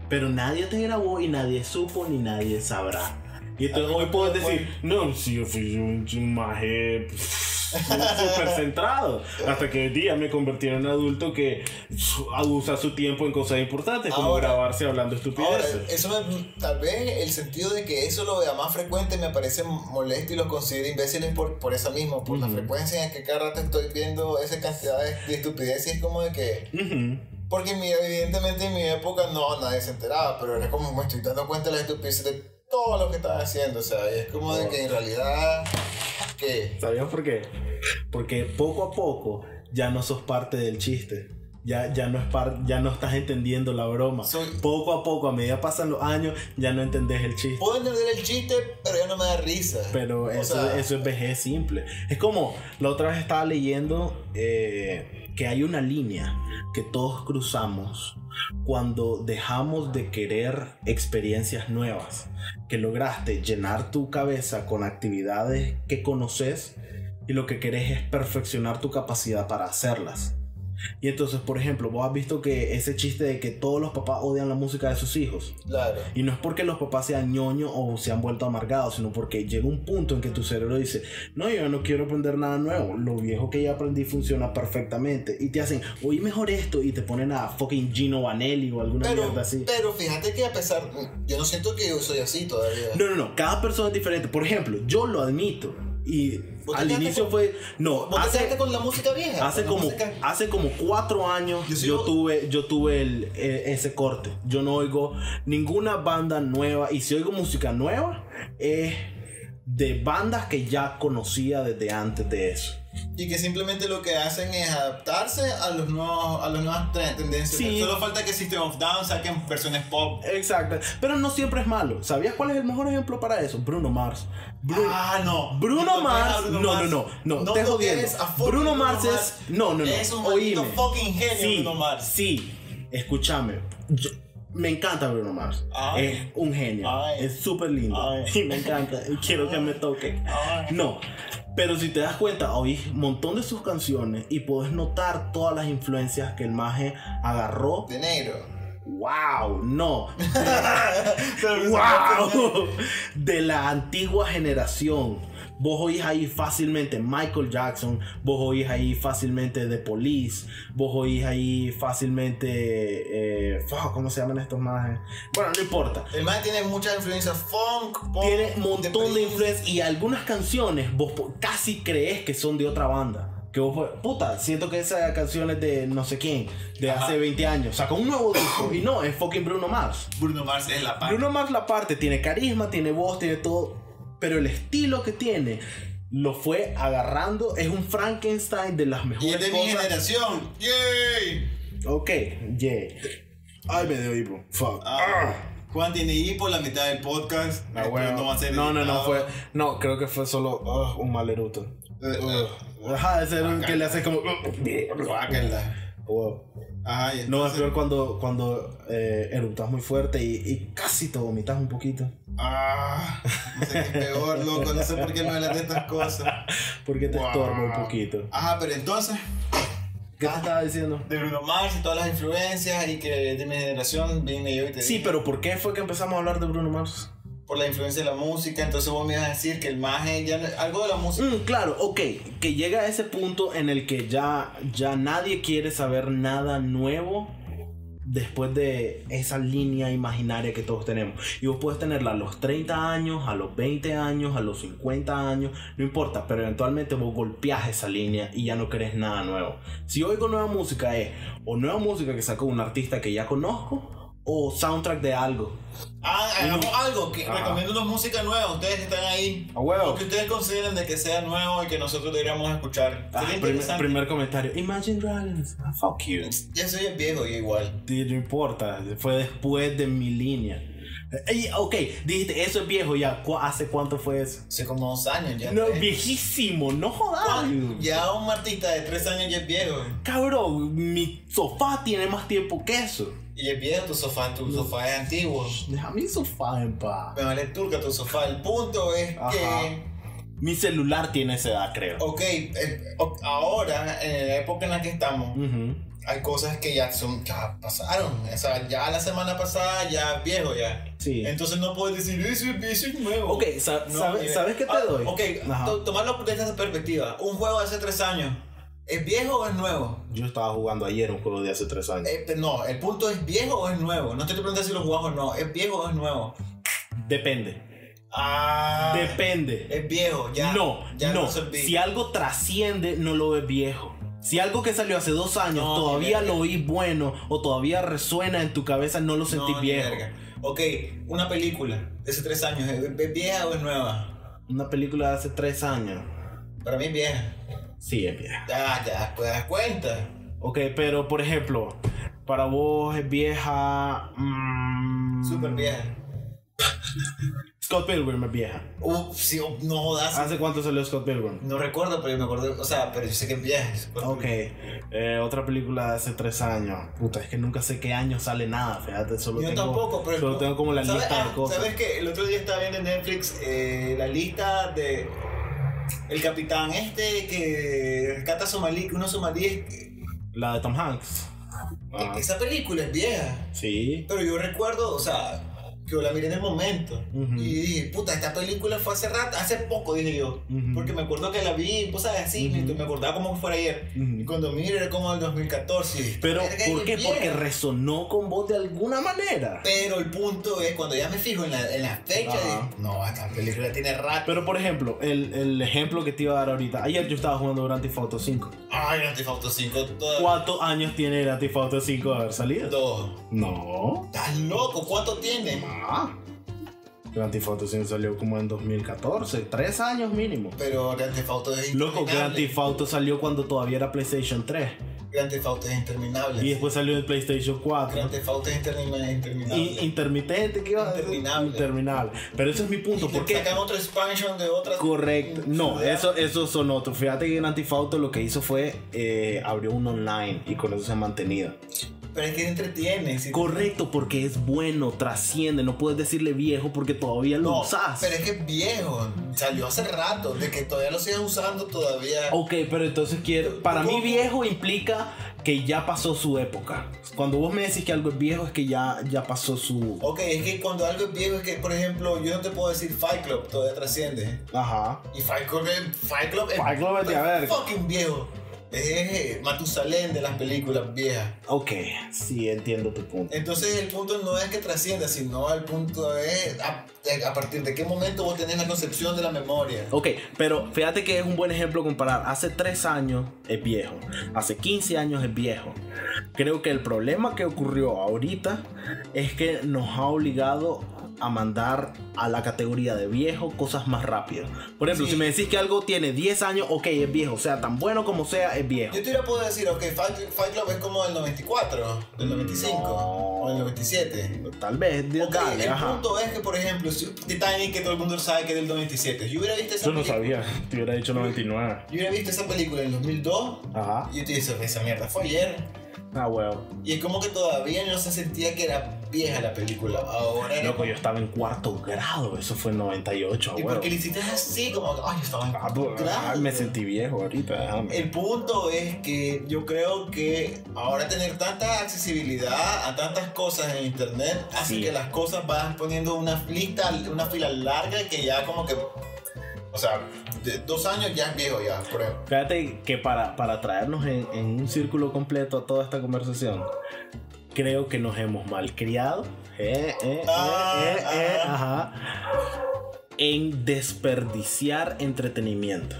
[SPEAKER 1] Pero nadie te grabó y nadie supo ni nadie sabrá. Y entonces
[SPEAKER 2] A mí
[SPEAKER 1] hoy
[SPEAKER 2] me
[SPEAKER 1] puedes
[SPEAKER 2] tocó-
[SPEAKER 1] decir, no, sí, yo fui un un maje pf, súper centrado. Hasta que hoy día me convertí en un adulto que su- abusa su tiempo en cosas importantes, como
[SPEAKER 2] Ahora-
[SPEAKER 1] grabarse hablando
[SPEAKER 2] Ahora,
[SPEAKER 1] estupideces.
[SPEAKER 2] eso me- tal vez el sentido de que eso lo vea más frecuente me parece molesto y los considero imbéciles por, por eso mismo, por la
[SPEAKER 1] Ujú.
[SPEAKER 2] frecuencia en que cada rato estoy viendo esa cantidad de, de estupideces como de que...
[SPEAKER 1] Ujú.
[SPEAKER 2] Porque en mi- evidentemente en mi época no, nadie se enteraba, pero era como me estoy dando cuenta de las estupideces de todo lo que estaba haciendo, o sea, y es como de que en realidad... que
[SPEAKER 1] ¿Sabías por qué? Porque poco a poco ya no sos parte del chiste. Ya, ya, no es par- ya no estás entendiendo la broma.
[SPEAKER 2] Soy-
[SPEAKER 1] Poco a poco, a medida pasan los años, ya no entendés el chiste.
[SPEAKER 2] Puedo entender el chiste, pero ya no me da risa.
[SPEAKER 1] Pero
[SPEAKER 2] O
[SPEAKER 1] eso,
[SPEAKER 2] sea,
[SPEAKER 1] eso es vejez simple. Es como, la otra vez estaba leyendo eh, que hay una línea que todos cruzamos cuando dejamos de querer experiencias nuevas, que lograste llenar tu cabeza con actividades que conoces y lo que querés es perfeccionar tu capacidad para hacerlas. Y entonces, por ejemplo, vos has visto que ese chiste de que todos los papás odian la música de sus hijos.
[SPEAKER 2] Claro.
[SPEAKER 1] Y no es porque los papás sean ñoños o se han vuelto amargados, sino porque llega un punto en que tu cerebro dice, no, yo no quiero aprender nada nuevo, lo viejo que ya aprendí funciona perfectamente. Y te hacen, oye, mejor esto, y te ponen a fucking Gino Vanelli o alguna
[SPEAKER 2] Pero,
[SPEAKER 1] mierda así.
[SPEAKER 2] pero fíjate que a pesar, yo no siento que yo soy así todavía.
[SPEAKER 1] No, no, no, cada persona es diferente. Por ejemplo, yo lo admito. Y
[SPEAKER 2] ¿Vos te
[SPEAKER 1] al
[SPEAKER 2] quedaste
[SPEAKER 1] inicio
[SPEAKER 2] con-
[SPEAKER 1] fue, no,
[SPEAKER 2] ¿Vos te
[SPEAKER 1] hace,
[SPEAKER 2] quedaste con la música vieja?
[SPEAKER 1] Hace
[SPEAKER 2] Con la
[SPEAKER 1] como,
[SPEAKER 2] música-
[SPEAKER 1] hace como cuatro años
[SPEAKER 2] Yo
[SPEAKER 1] yo,
[SPEAKER 2] soy un-
[SPEAKER 1] tuve, yo tuve el- e- ese corte. Yo no oigo ninguna banda nueva. Y si oigo música nueva, es de bandas que ya conocía desde antes de eso.
[SPEAKER 2] Y que simplemente lo que hacen es adaptarse a los nuevos, a las nuevas tre- tendencias.
[SPEAKER 1] Sí.
[SPEAKER 2] Solo-
[SPEAKER 3] Solo falta que System of Down saquen versiones pop.
[SPEAKER 1] Exacto. Pero no siempre es malo. ¿Sabías cuál es el mejor ejemplo para eso? Bruno Mars. Bru-
[SPEAKER 3] Ah, no.
[SPEAKER 1] Bruno
[SPEAKER 3] No,
[SPEAKER 1] Mars,
[SPEAKER 3] Bruno
[SPEAKER 1] no,
[SPEAKER 3] Mars.
[SPEAKER 1] no, no, no,
[SPEAKER 2] No
[SPEAKER 1] te
[SPEAKER 2] lo
[SPEAKER 1] jodiendo.
[SPEAKER 2] eres a fucking
[SPEAKER 1] Bruno
[SPEAKER 2] Bruno
[SPEAKER 1] Mars es,
[SPEAKER 2] Mars.
[SPEAKER 1] no, no, no,
[SPEAKER 2] Es un maldito
[SPEAKER 1] oíme.
[SPEAKER 2] fucking genio,
[SPEAKER 1] sí,
[SPEAKER 2] Bruno Mars.
[SPEAKER 1] Sí, escúchame, yo- me encanta Bruno Mars,
[SPEAKER 2] Ay.
[SPEAKER 1] es un genio,
[SPEAKER 2] Ay.
[SPEAKER 1] es súper lindo
[SPEAKER 2] Ay.
[SPEAKER 1] y me encanta, y quiero que me toque.
[SPEAKER 2] Ay.
[SPEAKER 1] No, pero si te das cuenta, oís un montón de sus canciones y podés notar todas las influencias que el maje agarró.
[SPEAKER 2] De negro.
[SPEAKER 1] ¡Wow! No,
[SPEAKER 2] Pero-
[SPEAKER 1] ¡Wow! De la antigua generación. Vos oís ahí fácilmente Michael Jackson, vos oís ahí fácilmente The Police, vos oís ahí fácilmente. eh, fuck, ¿Cómo se llaman estos más? Bueno, no importa.
[SPEAKER 2] El man tiene muchas influencias funk, pop.
[SPEAKER 1] Tiene un montón de
[SPEAKER 2] Prince.
[SPEAKER 1] influencias y algunas canciones vos po- casi crees que son de otra banda. Que vos, po- puta, siento que esa canción es de no sé quién, de
[SPEAKER 3] Ajá.
[SPEAKER 1] hace 20 años. Sacó un nuevo disco y no, es fucking Bruno Mars.
[SPEAKER 3] Bruno Mars es la parte.
[SPEAKER 1] Bruno Mars la parte tiene carisma, tiene voz, tiene todo, pero el estilo que tiene lo fue agarrando, es un Frankenstein de las
[SPEAKER 2] Y es
[SPEAKER 1] mejores
[SPEAKER 2] de mi
[SPEAKER 1] cosas.
[SPEAKER 2] generación. ¡Yay!
[SPEAKER 1] Ok, yeah. Ay, me dio hipo. Fuck.
[SPEAKER 3] Ah, Juan tiene hipo la mitad del podcast.
[SPEAKER 1] Ah,
[SPEAKER 3] Esto
[SPEAKER 1] bueno.
[SPEAKER 3] No, va a ser
[SPEAKER 1] no, no, no,
[SPEAKER 3] editado.
[SPEAKER 1] fue. No, creo que fue solo ah, un maleruto.
[SPEAKER 3] Eh,
[SPEAKER 1] Ajá, ese era el que le hace como.
[SPEAKER 3] eh, guácala.
[SPEAKER 1] Wow.
[SPEAKER 3] Ajá, y
[SPEAKER 1] No, es
[SPEAKER 3] entonces-
[SPEAKER 1] peor cuando, cuando eh, eructas muy fuerte y, y casi te vomitas un poquito.
[SPEAKER 2] Ah, no sé qué es peor, loco, no sé por qué me hablas de estas cosas.
[SPEAKER 1] Porque te
[SPEAKER 2] Wow.
[SPEAKER 1] estorbo un poquito.
[SPEAKER 2] Ajá, pero entonces,
[SPEAKER 1] ¿Qué te estaba diciendo?
[SPEAKER 2] de Bruno Mars y todas las influencias y que de mi generación vine yo y te
[SPEAKER 1] Sí,
[SPEAKER 2] dije,
[SPEAKER 1] pero ¿por qué fue que empezamos a hablar de Bruno Mars?
[SPEAKER 2] por la influencia de la música, entonces vos me ibas a decir que el maje ya no- algo de la música.
[SPEAKER 1] Mm, claro, ok, que llega a ese punto en el que ya, ya nadie quiere saber nada nuevo después de esa línea imaginaria que todos tenemos. Y vos puedes tenerla a los 30 años, a los 20 años, a los 50 años, no importa, pero eventualmente vos golpeás esa línea y ya no querés nada nuevo. Si oigo nueva música es o nueva música que sacó un artista que ya conozco o soundtrack de algo.
[SPEAKER 2] Ah, hagamos algo, que
[SPEAKER 1] Mm. Ajá.
[SPEAKER 2] recomiendo una música nueva, ustedes que están ahí.
[SPEAKER 1] A
[SPEAKER 2] Lo
[SPEAKER 1] huevo.
[SPEAKER 2] que ustedes consideren de que sea nuevo y que nosotros deberíamos escuchar.
[SPEAKER 1] Ah,
[SPEAKER 2] Sería
[SPEAKER 1] primer,
[SPEAKER 2] interesante.
[SPEAKER 1] primer comentario. Imagine Dragons. Ah, fuck you.
[SPEAKER 2] Ya soy el viejo y igual.
[SPEAKER 1] Sí, No importa, fue después de mi línea. Ey, ok, dijiste, eso es viejo ya. ¿Cu- ¿Hace cuánto fue eso?
[SPEAKER 2] Hace como dos años ya.
[SPEAKER 1] No,
[SPEAKER 2] tres.
[SPEAKER 1] viejísimo, no jodas.
[SPEAKER 2] Ya un artista de tres años ya es viejo.
[SPEAKER 1] Cabrón, mi sofá tiene más tiempo que eso.
[SPEAKER 2] Y es viejo tu sofá, tu sofá es antiguo.
[SPEAKER 1] Deja mi sofá en paz.
[SPEAKER 2] Me vale turca tu sofá. El punto es
[SPEAKER 1] Ajá.
[SPEAKER 2] que,
[SPEAKER 1] Mi celular tiene esa edad, creo.
[SPEAKER 2] ok, eh, o- ahora, en la época en la que estamos,
[SPEAKER 1] Ujú.
[SPEAKER 2] hay cosas que ya, son, ya pasaron. O sea, ya la semana pasada ya es viejo ya.
[SPEAKER 1] Sí.
[SPEAKER 2] Entonces no puedes decir, eso es, eso es nuevo.
[SPEAKER 1] Ok, sa- eh,
[SPEAKER 2] No,
[SPEAKER 1] sabe-
[SPEAKER 2] mire.
[SPEAKER 1] ¿sabes qué te
[SPEAKER 2] Ah,
[SPEAKER 1] doy?
[SPEAKER 2] Ok,
[SPEAKER 1] Ajá.
[SPEAKER 2] to- tomarlo desde esa perspectiva. Un juego de hace tres años, ¿es viejo o es nuevo?
[SPEAKER 1] Yo estaba jugando ayer un juego de hace tres años.
[SPEAKER 2] Eh, pero no, el punto es viejo o es nuevo. No te estoy preguntando si lo jugás o no. ¿Es viejo o es nuevo?
[SPEAKER 1] Depende.
[SPEAKER 2] Ah.
[SPEAKER 1] Depende.
[SPEAKER 2] Es viejo, ya.
[SPEAKER 1] no,
[SPEAKER 2] ya
[SPEAKER 1] no.
[SPEAKER 2] resolví.
[SPEAKER 1] Si algo trasciende, no lo ves viejo. Si algo que salió hace dos años
[SPEAKER 2] No,
[SPEAKER 1] todavía
[SPEAKER 2] ni
[SPEAKER 1] lo oís bueno o todavía resuena en tu cabeza, no lo
[SPEAKER 2] No,
[SPEAKER 1] sentís
[SPEAKER 2] ni
[SPEAKER 1] viejo.
[SPEAKER 2] verga. Ok, una película de hace tres años, ¿es es vieja o es nueva?
[SPEAKER 1] Una película de hace tres años.
[SPEAKER 2] Para mí es vieja.
[SPEAKER 1] Sí, es vieja.
[SPEAKER 2] Ya, ya, te das cuenta.
[SPEAKER 1] Ok, pero por ejemplo, para vos es vieja. mm,
[SPEAKER 2] Súper vieja.
[SPEAKER 1] Scott Pilgrim es vieja.
[SPEAKER 2] Uf, sí, uf, no jodas.
[SPEAKER 1] ¿Hace cuánto salió Scott Pilgrim?
[SPEAKER 2] No recuerdo, pero yo me acuerdo. O sea, pero yo sé que es vieja.
[SPEAKER 1] Ok, eh, otra película de hace tres años. Puta, es que nunca sé qué año sale nada, fíjate, solo
[SPEAKER 2] Yo
[SPEAKER 1] tengo,
[SPEAKER 2] tampoco, pero.
[SPEAKER 1] solo tengo como la
[SPEAKER 2] ¿Sabes?
[SPEAKER 1] lista
[SPEAKER 2] Ah,
[SPEAKER 1] de cosas.
[SPEAKER 2] ¿Sabes que El otro día estaba viendo en Netflix eh, la lista de. El capitán este que rescata somalí, unos somalíes.
[SPEAKER 1] La de Tom Hanks. Ah,
[SPEAKER 2] Esa película es vieja.
[SPEAKER 1] sí.
[SPEAKER 2] Pero yo recuerdo, o sea, que yo la miré en el momento.
[SPEAKER 1] Ujú.
[SPEAKER 2] Y dije, puta, esta película fue hace rato, hace poco, dije yo.
[SPEAKER 1] Ujú.
[SPEAKER 2] Porque me acuerdo que la vi, pues ¿sabes? así,
[SPEAKER 1] Ujú.
[SPEAKER 2] me acordaba como que fuera ayer. Y
[SPEAKER 1] Ujú.
[SPEAKER 2] cuando miré era como el 2014. y dije,
[SPEAKER 1] Pero,
[SPEAKER 2] "Verga,
[SPEAKER 1] ¿por qué?
[SPEAKER 2] bien".
[SPEAKER 1] Porque resonó con vos de alguna manera.
[SPEAKER 2] Pero el punto es, cuando ya me fijo en la, en la fecha,
[SPEAKER 1] Ajá.
[SPEAKER 2] dije, no, esta película tiene rato.
[SPEAKER 1] Ah. Pero, por ejemplo, el, el ejemplo que te iba a dar ahorita. Ayer yo estaba jugando Grand Theft Auto 5.
[SPEAKER 2] Ay, Grand Theft Auto 5, toda.
[SPEAKER 1] ¿Cuántos años tiene Grand Theft Auto 5 de haber salido?
[SPEAKER 2] Dos.
[SPEAKER 1] No.
[SPEAKER 2] ¿Estás loco? ¿Cuánto tiene?
[SPEAKER 1] Ah. Grand Theft Auto 5 salió como en 2014. Tres años mínimo.
[SPEAKER 2] Pero Grand Theft Auto es
[SPEAKER 1] Loco, Grand
[SPEAKER 2] interminable.
[SPEAKER 1] Theft Auto salió cuando todavía era PlayStation 3.
[SPEAKER 2] Grand Theft Auto es interminable.
[SPEAKER 1] Y después salió en PlayStation 4.
[SPEAKER 2] Grand Theft Auto es intermin- interminable.
[SPEAKER 1] In- intermitente, ¿qué iba a decir?
[SPEAKER 2] Interminable.
[SPEAKER 1] Interminable. Pero ese es mi punto.
[SPEAKER 2] porque
[SPEAKER 1] ¿Por qué?
[SPEAKER 2] Sacan otro expansion de otras.
[SPEAKER 1] Correcto. No, eso, eso son otros. Fíjate que Grand Theft Auto lo que hizo fue eh, abrió un online y con eso se ha mantenido.
[SPEAKER 2] Pero es que entretiene. si-
[SPEAKER 1] Correcto, porque es bueno, trasciende. No puedes decirle viejo porque todavía lo
[SPEAKER 2] No,
[SPEAKER 1] usas.
[SPEAKER 2] pero es que es viejo. Salió hace rato. De que todavía lo sigas usando, todavía.
[SPEAKER 1] Ok, pero entonces quiero. Para mí,
[SPEAKER 2] ¿Cómo?
[SPEAKER 1] viejo implica que ya pasó su época. Cuando vos me decís que algo es viejo, es que ya, ya pasó su.
[SPEAKER 2] Ok, es que cuando algo es viejo, es que, por ejemplo, yo no te puedo decir Fight Club, todavía trasciende.
[SPEAKER 1] Ajá.
[SPEAKER 2] Y Fight Club es. Fight Club es.
[SPEAKER 1] Fight Club es de a ver.
[SPEAKER 2] Fucking viejo. Es eh, Matusalén de las películas viejas.
[SPEAKER 1] Ok, sí, entiendo tu punto.
[SPEAKER 2] Entonces el punto no es que trascienda, sino el punto es a, eh, a partir de qué momento vos tenés la concepción de la memoria.
[SPEAKER 1] Ok, pero fíjate que es un buen ejemplo comparar. Hace 3 años es viejo, hace 15 años es viejo. Creo que el problema que ocurrió ahorita es que nos ha obligado a mandar a la categoría de viejo cosas más rápidas. Por ejemplo,
[SPEAKER 2] Sí.
[SPEAKER 1] si me decís que algo tiene 10 años, ok, es viejo, o sea, tan bueno como sea, es viejo.
[SPEAKER 2] Yo te lo puedo decir, ok, Fight, Fight Club es como del 94, del 95
[SPEAKER 1] No.
[SPEAKER 2] o del 97.
[SPEAKER 1] Tal vez, de-
[SPEAKER 2] Ok,
[SPEAKER 1] dale,
[SPEAKER 2] el
[SPEAKER 1] ajá.
[SPEAKER 2] punto es que, por ejemplo, si- Titanic, que todo el mundo sabe que es del 97. Yo hubiera visto esa, película-
[SPEAKER 1] te hubiera dicho 99.
[SPEAKER 2] Yo hubiera visto esa película en el 2002
[SPEAKER 1] Ajá.
[SPEAKER 2] y yo te digo, esa mierda fue ayer.
[SPEAKER 1] Ah, huevo.
[SPEAKER 2] Y es como que todavía no se sentía que era vieja la película. Ahora era
[SPEAKER 1] Loco, pues, yo estaba en cuarto grado, eso fue en 98, a
[SPEAKER 2] ¿Y
[SPEAKER 1] huevo.
[SPEAKER 2] porque le hiciste así? Como, ay, estaba en
[SPEAKER 1] Ah, pues, ah,
[SPEAKER 2] grado.
[SPEAKER 1] me sentí viejo ahorita, déjame.
[SPEAKER 2] El punto es que yo creo que ahora tener tanta accesibilidad a tantas cosas en internet hace
[SPEAKER 1] Sí.
[SPEAKER 2] que las cosas van poniendo una lista, una fila larga que ya como que, o sea, de dos años ya es viejo ya, creo.
[SPEAKER 1] Fíjate que para, para traernos en, en un círculo completo a toda esta conversación, creo que nos hemos malcriado. eh, eh, eh,
[SPEAKER 2] Ah,
[SPEAKER 1] eh, eh,
[SPEAKER 2] ah.
[SPEAKER 1] ajá, En desperdiciar entretenimiento.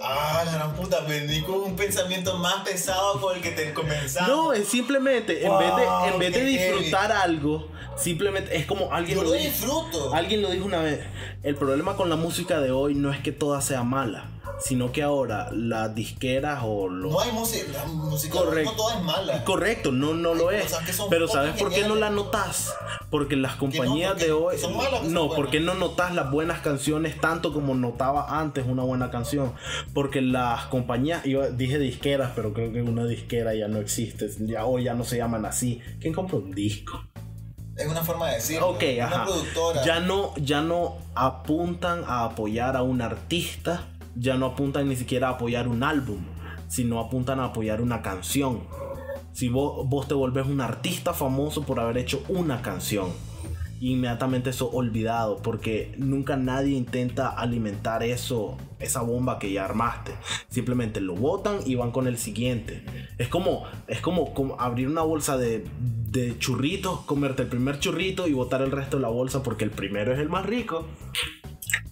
[SPEAKER 2] Ah, la gran puta, vení con un pensamiento más pesado con el que te comenzamos.
[SPEAKER 1] No, es simplemente, en
[SPEAKER 2] Wow,
[SPEAKER 1] vez de, en vez de
[SPEAKER 2] qué
[SPEAKER 1] disfrutar algo, simplemente es como alguien
[SPEAKER 2] yo
[SPEAKER 1] lo
[SPEAKER 2] lo
[SPEAKER 1] dijo.
[SPEAKER 2] disfruto.
[SPEAKER 1] Alguien lo dijo una vez, el problema con la música de hoy no es que toda sea mala, sino que ahora las disqueras o los...
[SPEAKER 2] No hay música, la música
[SPEAKER 1] Correcto.
[SPEAKER 2] no toda es mala.
[SPEAKER 1] Correcto, no, no
[SPEAKER 2] Hay
[SPEAKER 1] lo es.
[SPEAKER 2] cosas que son
[SPEAKER 1] Pero
[SPEAKER 2] pocas
[SPEAKER 1] ¿sabes por qué no
[SPEAKER 2] geniales.
[SPEAKER 1] la notas? Porque las compañías
[SPEAKER 2] porque
[SPEAKER 1] de hoy...
[SPEAKER 2] son malas, son
[SPEAKER 1] no,
[SPEAKER 2] buenas.
[SPEAKER 1] porque no notas las buenas canciones tanto como notaba antes una buena canción. Porque las compañías, yo dije disqueras, pero creo que una disquera ya no existe. Ya hoy ya no se llaman así. ¿Quién compra un disco?
[SPEAKER 2] Es una forma de decirlo.
[SPEAKER 1] Ok,
[SPEAKER 2] una
[SPEAKER 1] ajá.
[SPEAKER 2] productora.
[SPEAKER 1] Ya no, ya no apuntan a apoyar a un artista, ya no apuntan ni siquiera a apoyar un álbum, sino apuntan a apoyar una canción. Si vos, vos te volvés un artista famoso por haber hecho una canción, inmediatamente eso olvidado, porque nunca nadie intenta alimentar eso, esa bomba que ya armaste. Simplemente lo botan y van con el siguiente. Es como, es como, como abrir una bolsa de, de churritos, comerte el primer churrito y botar el resto de la bolsa porque el primero es el más rico.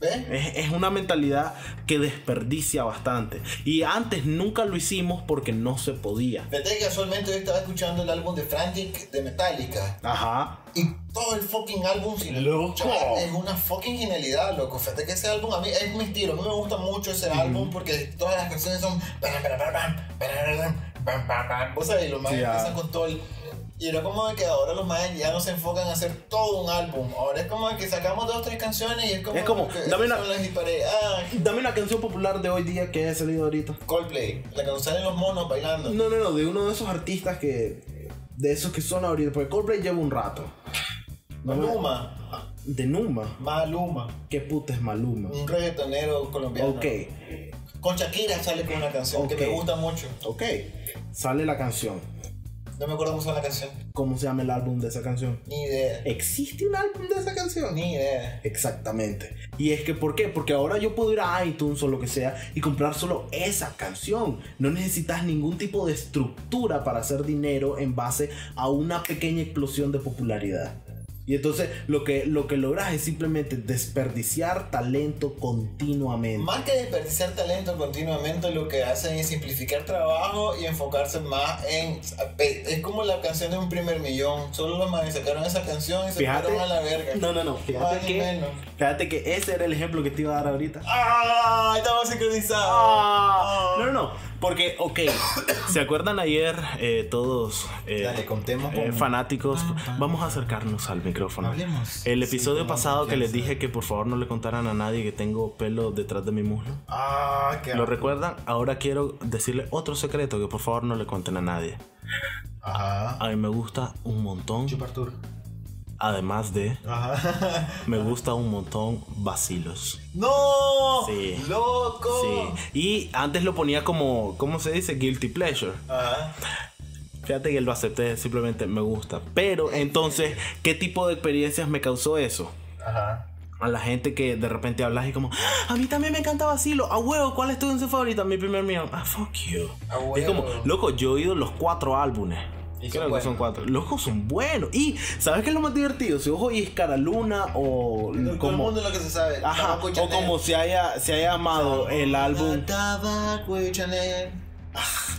[SPEAKER 2] ¿Ves?
[SPEAKER 1] Es, es una mentalidad que desperdicia bastante. Y antes nunca lo hicimos porque no se podía.
[SPEAKER 2] Fíjate que casualmente yo estaba escuchando el álbum de Frantic de Metallica.
[SPEAKER 1] Ajá.
[SPEAKER 2] Y todo el fucking álbum si lo
[SPEAKER 1] Loco.
[SPEAKER 2] escuchas, es una fucking genialidad, loco. Fíjate que ese álbum a mí es mi estilo. A mí me gusta mucho ese álbum porque todas las canciones son. pam, pam, pam, pam, pam, pam, pam, pam, pam. Vos sabés, los más
[SPEAKER 1] Sí, ya.
[SPEAKER 2] empiezan con todo el. Y era como de que ahora los más ya no se enfocan a hacer todo un álbum. Ahora es como de que sacamos dos tres canciones y es como.
[SPEAKER 1] Es como,
[SPEAKER 2] que
[SPEAKER 1] dame
[SPEAKER 2] esas
[SPEAKER 1] una-
[SPEAKER 2] son las disparé. Ah,
[SPEAKER 1] Dame una canción popular de hoy día que ha salido ahorita.
[SPEAKER 2] Coldplay, la que nos salen los monos bailando.
[SPEAKER 1] No, no, no, de uno de esos artistas que. De esos que son ahorita. Porque Coldplay lleva un rato. No me-
[SPEAKER 2] Maluma,
[SPEAKER 1] De Numa.
[SPEAKER 2] Maluma.
[SPEAKER 1] ¿Qué puta es Maluma?
[SPEAKER 2] un reggaetonero colombiano.
[SPEAKER 1] Ok,
[SPEAKER 2] Con Shakira sale con una canción
[SPEAKER 1] Ok.
[SPEAKER 2] que me gusta mucho.
[SPEAKER 1] ok. Sale la canción.
[SPEAKER 2] No me acuerdo cómo se llama la canción.
[SPEAKER 1] ¿Cómo se llama el álbum de esa canción?
[SPEAKER 2] Ni idea.
[SPEAKER 1] ¿Existe un álbum de esa canción?
[SPEAKER 2] Ni idea.
[SPEAKER 1] Exactamente. Y es que, ¿por qué? Porque ahora yo puedo ir a iTunes o lo que sea y comprar solo esa canción. No necesitas ningún tipo de estructura para hacer dinero en base a una pequeña explosión de popularidad. Y entonces lo que, lo que logras es simplemente desperdiciar talento continuamente.
[SPEAKER 2] Más que desperdiciar talento continuamente, lo que hacen es simplificar trabajo y enfocarse más en. Es como la canción de un primer millón. Solo los manes sacaron esa canción y se
[SPEAKER 1] Fíjate.
[SPEAKER 2] fueron a la verga.
[SPEAKER 1] No, no, no.
[SPEAKER 2] Más
[SPEAKER 1] Fíjate
[SPEAKER 2] ni
[SPEAKER 1] que,
[SPEAKER 2] menos.
[SPEAKER 1] fíjate que ese era el ejemplo que te iba a dar ahorita.
[SPEAKER 2] ¡Ah! Estamos sincronizados.
[SPEAKER 1] Ah, no, no, no. Porque, ok, ¿se acuerdan ayer eh, todos eh,
[SPEAKER 2] Dale, contemos
[SPEAKER 1] eh,
[SPEAKER 2] con-
[SPEAKER 1] fanáticos?
[SPEAKER 2] Ah, ah.
[SPEAKER 1] Vamos a acercarnos al micrófono.
[SPEAKER 2] Hablemos.
[SPEAKER 1] El
[SPEAKER 2] Sí,
[SPEAKER 1] episodio
[SPEAKER 2] con más
[SPEAKER 1] pasado que les
[SPEAKER 2] confianza.
[SPEAKER 1] dije que por favor no le contaran a nadie que tengo pelo detrás de mi muslo.
[SPEAKER 2] Ah, qué.
[SPEAKER 1] ¿Lo recuerdan? Ahora quiero decirle otro secreto que por favor no le cuenten a nadie.
[SPEAKER 2] Ajá.
[SPEAKER 1] A mí me gusta un montón,
[SPEAKER 2] Chupartur.
[SPEAKER 1] además de,
[SPEAKER 2] Ajá.
[SPEAKER 1] me gusta un montón vacilos.
[SPEAKER 2] ¡No!
[SPEAKER 1] Sí.
[SPEAKER 2] ¡Loco!
[SPEAKER 1] Sí. Y antes lo ponía como, ¿cómo se dice? Guilty pleasure.
[SPEAKER 2] Ajá.
[SPEAKER 1] Fíjate que lo acepté, simplemente me gusta. Pero entonces, ¿qué tipo de experiencias me causó eso?
[SPEAKER 2] Ajá.
[SPEAKER 1] A la gente que de repente hablas y como, "Ah, a mí también me encanta Basilo, a huevo, ¿cuál es tu canción favorita? Mi primer mío, ah, fuck you.
[SPEAKER 2] A huevo.
[SPEAKER 1] Es como, loco, yo he oído los cuatro álbumes. Creo
[SPEAKER 2] Y son
[SPEAKER 1] que
[SPEAKER 2] buenos.
[SPEAKER 1] son cuatro. Loco, son buenos. Y, ¿sabes qué es lo más divertido? Si ojo y es Cara Luna o
[SPEAKER 2] Todo el
[SPEAKER 1] como.
[SPEAKER 2] mundo lo que se sabe.
[SPEAKER 1] Ajá,
[SPEAKER 2] Tabaco y
[SPEAKER 1] o
[SPEAKER 2] Chanel.
[SPEAKER 1] como se haya, se haya llamado el álbum.
[SPEAKER 2] Tabaco y Chanel.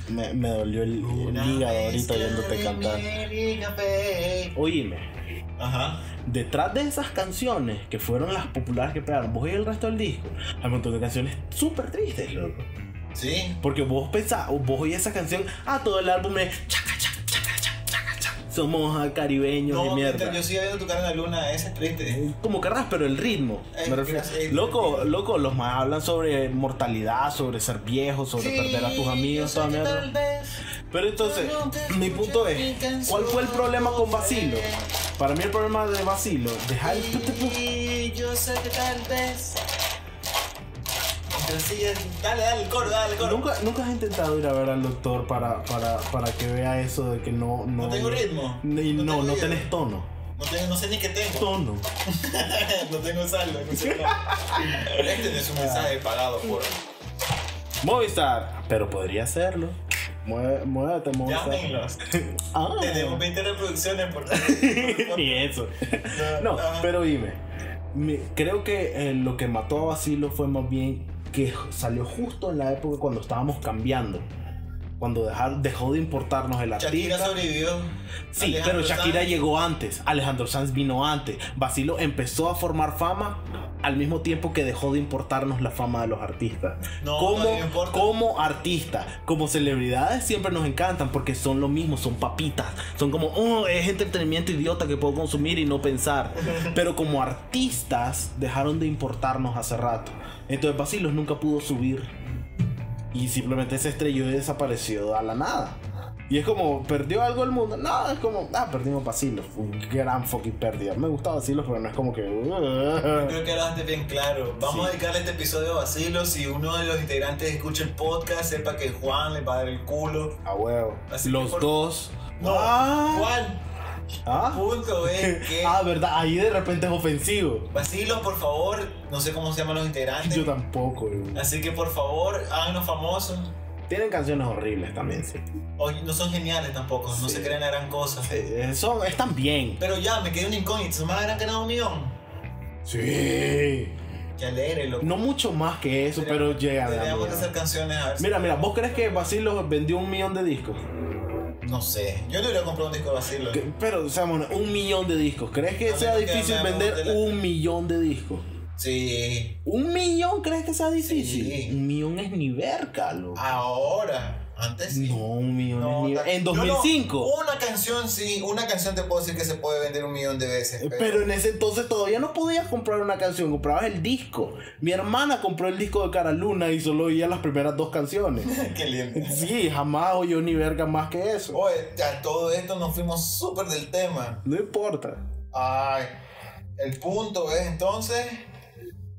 [SPEAKER 1] Me, me dolió el, el
[SPEAKER 2] Una
[SPEAKER 1] hígado ahorita
[SPEAKER 2] mezcla
[SPEAKER 1] oyéndote
[SPEAKER 2] de
[SPEAKER 1] cantar.
[SPEAKER 2] miel y café.
[SPEAKER 1] Oíme,
[SPEAKER 2] Ajá.
[SPEAKER 1] Detrás de esas canciones que fueron las populares que pegaron, vos y el resto del disco, hay un montón de canciones súper tristes, loco.
[SPEAKER 2] Sí.
[SPEAKER 1] Porque vos pensás, o vos oís esa canción, ah, todo el álbum es chaca, chaca, chaca, chaca, chaca, chaca. Somos ah, caribeños y
[SPEAKER 2] No,
[SPEAKER 1] mierda.
[SPEAKER 2] mientras yo siga viendo tu cara en la luna, ese es triste.
[SPEAKER 1] Como querrás, pero el ritmo.
[SPEAKER 2] Ay,
[SPEAKER 1] me refiero.
[SPEAKER 2] gracias.
[SPEAKER 1] Loco, loco, los más hablan sobre mortalidad, sobre ser viejo, sobre perder a tus amigos, toda mierda. Pero entonces, mi punto es, ¿cuál fue el problema con Basilo? Para mí el problema de vacilo, dejar el tu, tu, tu.
[SPEAKER 2] Y
[SPEAKER 1] pues.
[SPEAKER 2] yo sé que tal vez. Pero sí, dale, dale el coro, dale el coro.
[SPEAKER 1] ¿Nunca, nunca has intentado ir a ver al doctor para, para, para que vea eso de que no... No,
[SPEAKER 2] No tengo ritmo.
[SPEAKER 1] Ni-
[SPEAKER 2] No
[SPEAKER 1] no,
[SPEAKER 2] tengo
[SPEAKER 1] no
[SPEAKER 2] idea.
[SPEAKER 1] tenés tono.
[SPEAKER 2] No, tengo, no sé ni qué tengo.
[SPEAKER 1] Tono.
[SPEAKER 2] no tengo saldo. No sé nada. este es un mensaje pagado por.
[SPEAKER 1] Movistar. Pero podría hacerlo. Mueve- Muévete, Movistar.
[SPEAKER 2] Llámenlos.
[SPEAKER 1] Ah.
[SPEAKER 2] Tenemos 20 reproducciones por. Ah,
[SPEAKER 1] Ni eso. No,
[SPEAKER 2] Ajá.
[SPEAKER 1] pero dime. me- creo que eh, lo que mató a Basilo fue más bien que salió justo en la época cuando estábamos cambiando. Cuando dejar, dejó de importarnos el
[SPEAKER 2] Shakira
[SPEAKER 1] artista.
[SPEAKER 2] sobrevivió.
[SPEAKER 1] Sí, pero
[SPEAKER 2] Alejandro
[SPEAKER 1] Shakira
[SPEAKER 2] Sanz.
[SPEAKER 1] llegó antes. Alejandro Sanz vino antes. Basilo empezó a formar fama al mismo tiempo que dejó de importarnos la fama de los artistas.
[SPEAKER 2] No, no
[SPEAKER 1] como,
[SPEAKER 2] me importa.
[SPEAKER 1] como artista, como celebridades siempre nos encantan porque son lo mismo, son papitas. Son como, oh, es entretenimiento idiota que puedo consumir y no pensar. Pero como artistas dejaron de importarnos hace rato. Entonces Basilos nunca pudo subir. Y simplemente se estrelló y desapareció a la nada. Y es como, ¿perdió algo el mundo? No, es como, ah, perdimos Basilos. Fue un gran fucking pérdida. Me gusta Basilos, pero no es como que...
[SPEAKER 2] Creo que hablaste bien claro. Vamos a dedicarle este episodio a Basilo. Si uno de los integrantes escucha el podcast, sepa que Juan le va a dar el culo.
[SPEAKER 1] A huevo.
[SPEAKER 2] Así que
[SPEAKER 1] Los
[SPEAKER 2] por-
[SPEAKER 1] dos.
[SPEAKER 2] No,
[SPEAKER 1] Ah.
[SPEAKER 2] Juan,
[SPEAKER 1] Ah.
[SPEAKER 2] punto es que.
[SPEAKER 1] Ah, verdad, ahí de repente es ofensivo.
[SPEAKER 2] Basilo, por favor, no sé cómo se llaman los integrantes.
[SPEAKER 1] Yo tampoco, güey.
[SPEAKER 2] Así que por favor, háganos famosos.
[SPEAKER 1] Tienen canciones horribles también, sí.
[SPEAKER 2] O- no son geniales tampoco, no
[SPEAKER 1] Sí.
[SPEAKER 2] se crean la gran cosa.
[SPEAKER 1] Eh, son, están bien.
[SPEAKER 2] Pero ya, me quedé un incógnito. ¿Más habrán ganado un millón?
[SPEAKER 1] Sí.
[SPEAKER 2] Que alegre, loco.
[SPEAKER 1] No mucho más que eso, pero llegan. a
[SPEAKER 2] Deberíamos de
[SPEAKER 1] mí.
[SPEAKER 2] hacer canciones a ver si-
[SPEAKER 1] Mira, mira, ¿vos crees que Basilo vendió un millón de discos?
[SPEAKER 2] No sé. Yo no iría a comprar un disco de Basilo.
[SPEAKER 1] Que- Pero, seamos honestos, un millón de discos. ¿Crees que
[SPEAKER 2] A
[SPEAKER 1] sea
[SPEAKER 2] menos que
[SPEAKER 1] difícil
[SPEAKER 2] me
[SPEAKER 1] vender
[SPEAKER 2] guste la-
[SPEAKER 1] un millón de discos?
[SPEAKER 2] Sí.
[SPEAKER 1] ¿Un millón crees que sea difícil?
[SPEAKER 2] Sí.
[SPEAKER 1] Un millón es ni verga, loco.
[SPEAKER 2] Ahora, antes sí.
[SPEAKER 1] No, un millón
[SPEAKER 2] No,
[SPEAKER 1] es ni
[SPEAKER 2] ta-
[SPEAKER 1] En
[SPEAKER 2] yo no-
[SPEAKER 1] 2005.
[SPEAKER 2] una canción sí, una canción te puedo decir que se puede vender un millón de veces. Pero,
[SPEAKER 1] Pero en ese entonces todavía no podías comprar una canción, comprabas el disco. Mi hermana compró el disco de Cara Luna y solo oía las primeras dos canciones.
[SPEAKER 2] qué lindo.
[SPEAKER 1] Sí, jamás oyó ni verga más que eso.
[SPEAKER 2] Oye, ya todo esto nos fuimos súper del tema.
[SPEAKER 1] No importa.
[SPEAKER 2] Ay, el punto es entonces,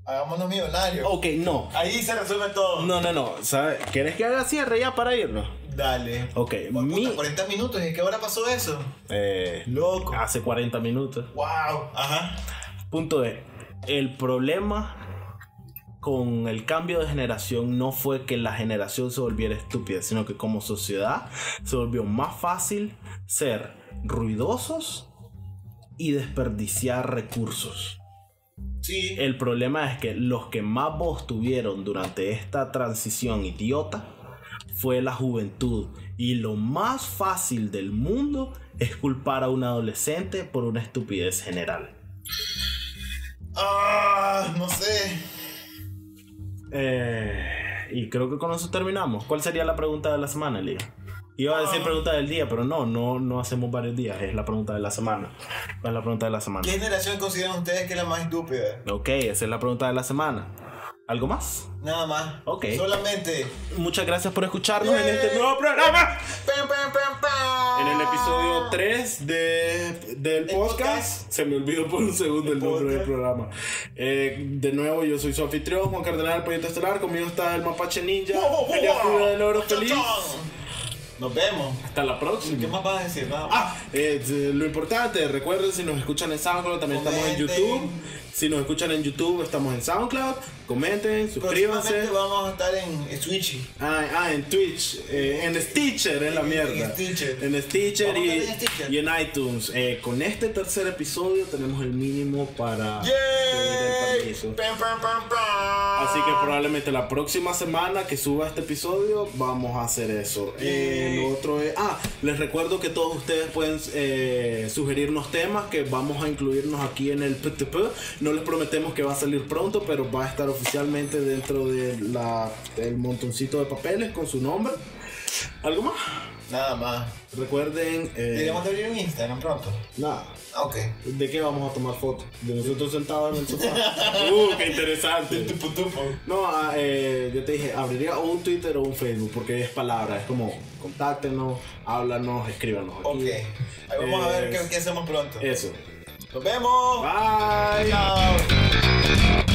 [SPEAKER 2] hagámonos millonarios.
[SPEAKER 1] Ok, no.
[SPEAKER 2] Ahí se resuelve todo.
[SPEAKER 1] No, no, no. ¿Sabes? ¿Quieres que haga cierre ya para irnos?
[SPEAKER 2] Dale.
[SPEAKER 1] Ok,
[SPEAKER 2] Por puta,
[SPEAKER 1] mi.
[SPEAKER 2] 40 minutos, ¿y a qué hora pasó eso?
[SPEAKER 1] Eh,
[SPEAKER 2] Loco.
[SPEAKER 1] hace 40 minutos.
[SPEAKER 2] Wow. Ajá.
[SPEAKER 1] Punto E. El problema con el cambio de generación no fue que la generación se volviera estúpida, sino que como sociedad se volvió más fácil ser ruidosos y desperdiciar recursos.
[SPEAKER 2] Sí.
[SPEAKER 1] El problema es que los que más voz tuvieron durante esta transición idiota fue la juventud. Y lo más fácil del mundo es culpar a un adolescente por una estupidez general.
[SPEAKER 2] Ah, no sé.
[SPEAKER 1] Eh, y creo que con eso terminamos. ¿Cuál sería la pregunta de la semana, Lía? Iba a decir
[SPEAKER 2] Ah.
[SPEAKER 1] pregunta del día, pero no, no, no hacemos varios días. Es la pregunta de la semana. ¿Cuál es la pregunta de la semana?
[SPEAKER 2] ¿Qué generación consideran ustedes que es la más estúpida?
[SPEAKER 1] Ok, esa es la pregunta de la semana. ¿Algo más?
[SPEAKER 2] Nada más.
[SPEAKER 1] Ok.
[SPEAKER 2] Solamente.
[SPEAKER 1] Muchas gracias por escucharnos en
[SPEAKER 2] Yay.
[SPEAKER 1] este nuevo programa.
[SPEAKER 2] Pam, pam, pam, pam.
[SPEAKER 1] En el episodio 3 de, del
[SPEAKER 2] El
[SPEAKER 1] podcast.
[SPEAKER 2] podcast.
[SPEAKER 1] Se me olvidó por un segundo el
[SPEAKER 2] El
[SPEAKER 1] nombre del
[SPEAKER 2] podcast.
[SPEAKER 1] programa. Eh, de nuevo, yo soy su anfitrión, Juan Cardenal del Proyecto Estelar. Conmigo está el Mapache Ninja, Elías Cuba del Oro Feliz.
[SPEAKER 2] Nos vemos.
[SPEAKER 1] Hasta la próxima.
[SPEAKER 2] ¿Qué más vas a decir? Nada más.
[SPEAKER 1] Ah, eh, eh, lo importante, recuerden si nos escuchan en SoundCloud, también estamos en
[SPEAKER 2] Comenten.
[SPEAKER 1] YouTube. Si nos escuchan en YouTube, estamos en SoundCloud. Comenten, suscríbanse.
[SPEAKER 2] Próximamente vamos a estar en Switchy.
[SPEAKER 1] Ah, ah, en Twitch, eh, en Stitcher es la
[SPEAKER 2] En-
[SPEAKER 1] mierda.
[SPEAKER 2] en Stitcher.
[SPEAKER 1] En Stitcher
[SPEAKER 2] Vamos a
[SPEAKER 1] y,
[SPEAKER 2] estar en Stitcher.
[SPEAKER 1] y en iTunes. Eh, con este tercer episodio tenemos el mínimo para pedir el
[SPEAKER 2] ¡Yay!
[SPEAKER 1] permiso.
[SPEAKER 2] Pam, pam, pam, pam.
[SPEAKER 1] Así que probablemente la próxima semana que suba este episodio vamos a hacer eso. Eh, lo otro es- ah, les recuerdo que todos ustedes pueden eh, sugerirnos temas que vamos a incluirnos aquí en el PTP. No les prometemos que va a salir pronto, pero va a estar oficialmente dentro de la, del montoncito de papeles con su nombre. ¿Algo más?
[SPEAKER 2] Nada más.
[SPEAKER 1] Recuerden. Eh,
[SPEAKER 2] Deberíamos de abrir un Instagram pronto.
[SPEAKER 1] nada.
[SPEAKER 2] Ah, Ok.
[SPEAKER 1] ¿De qué vamos a tomar fotos? De nosotros sentados en el sofá. uh, qué interesante.
[SPEAKER 2] Tupu, tupu.
[SPEAKER 1] No, ah, eh, yo te dije, abriría o un Twitter o un Facebook, porque es palabra, es como contáctenos, háblanos, escríbanos. aquí.
[SPEAKER 2] Ok. Ahí vamos a ver qué, qué hacemos pronto.
[SPEAKER 1] Eso.
[SPEAKER 2] Nos vemos.
[SPEAKER 1] Bye.
[SPEAKER 2] Chao.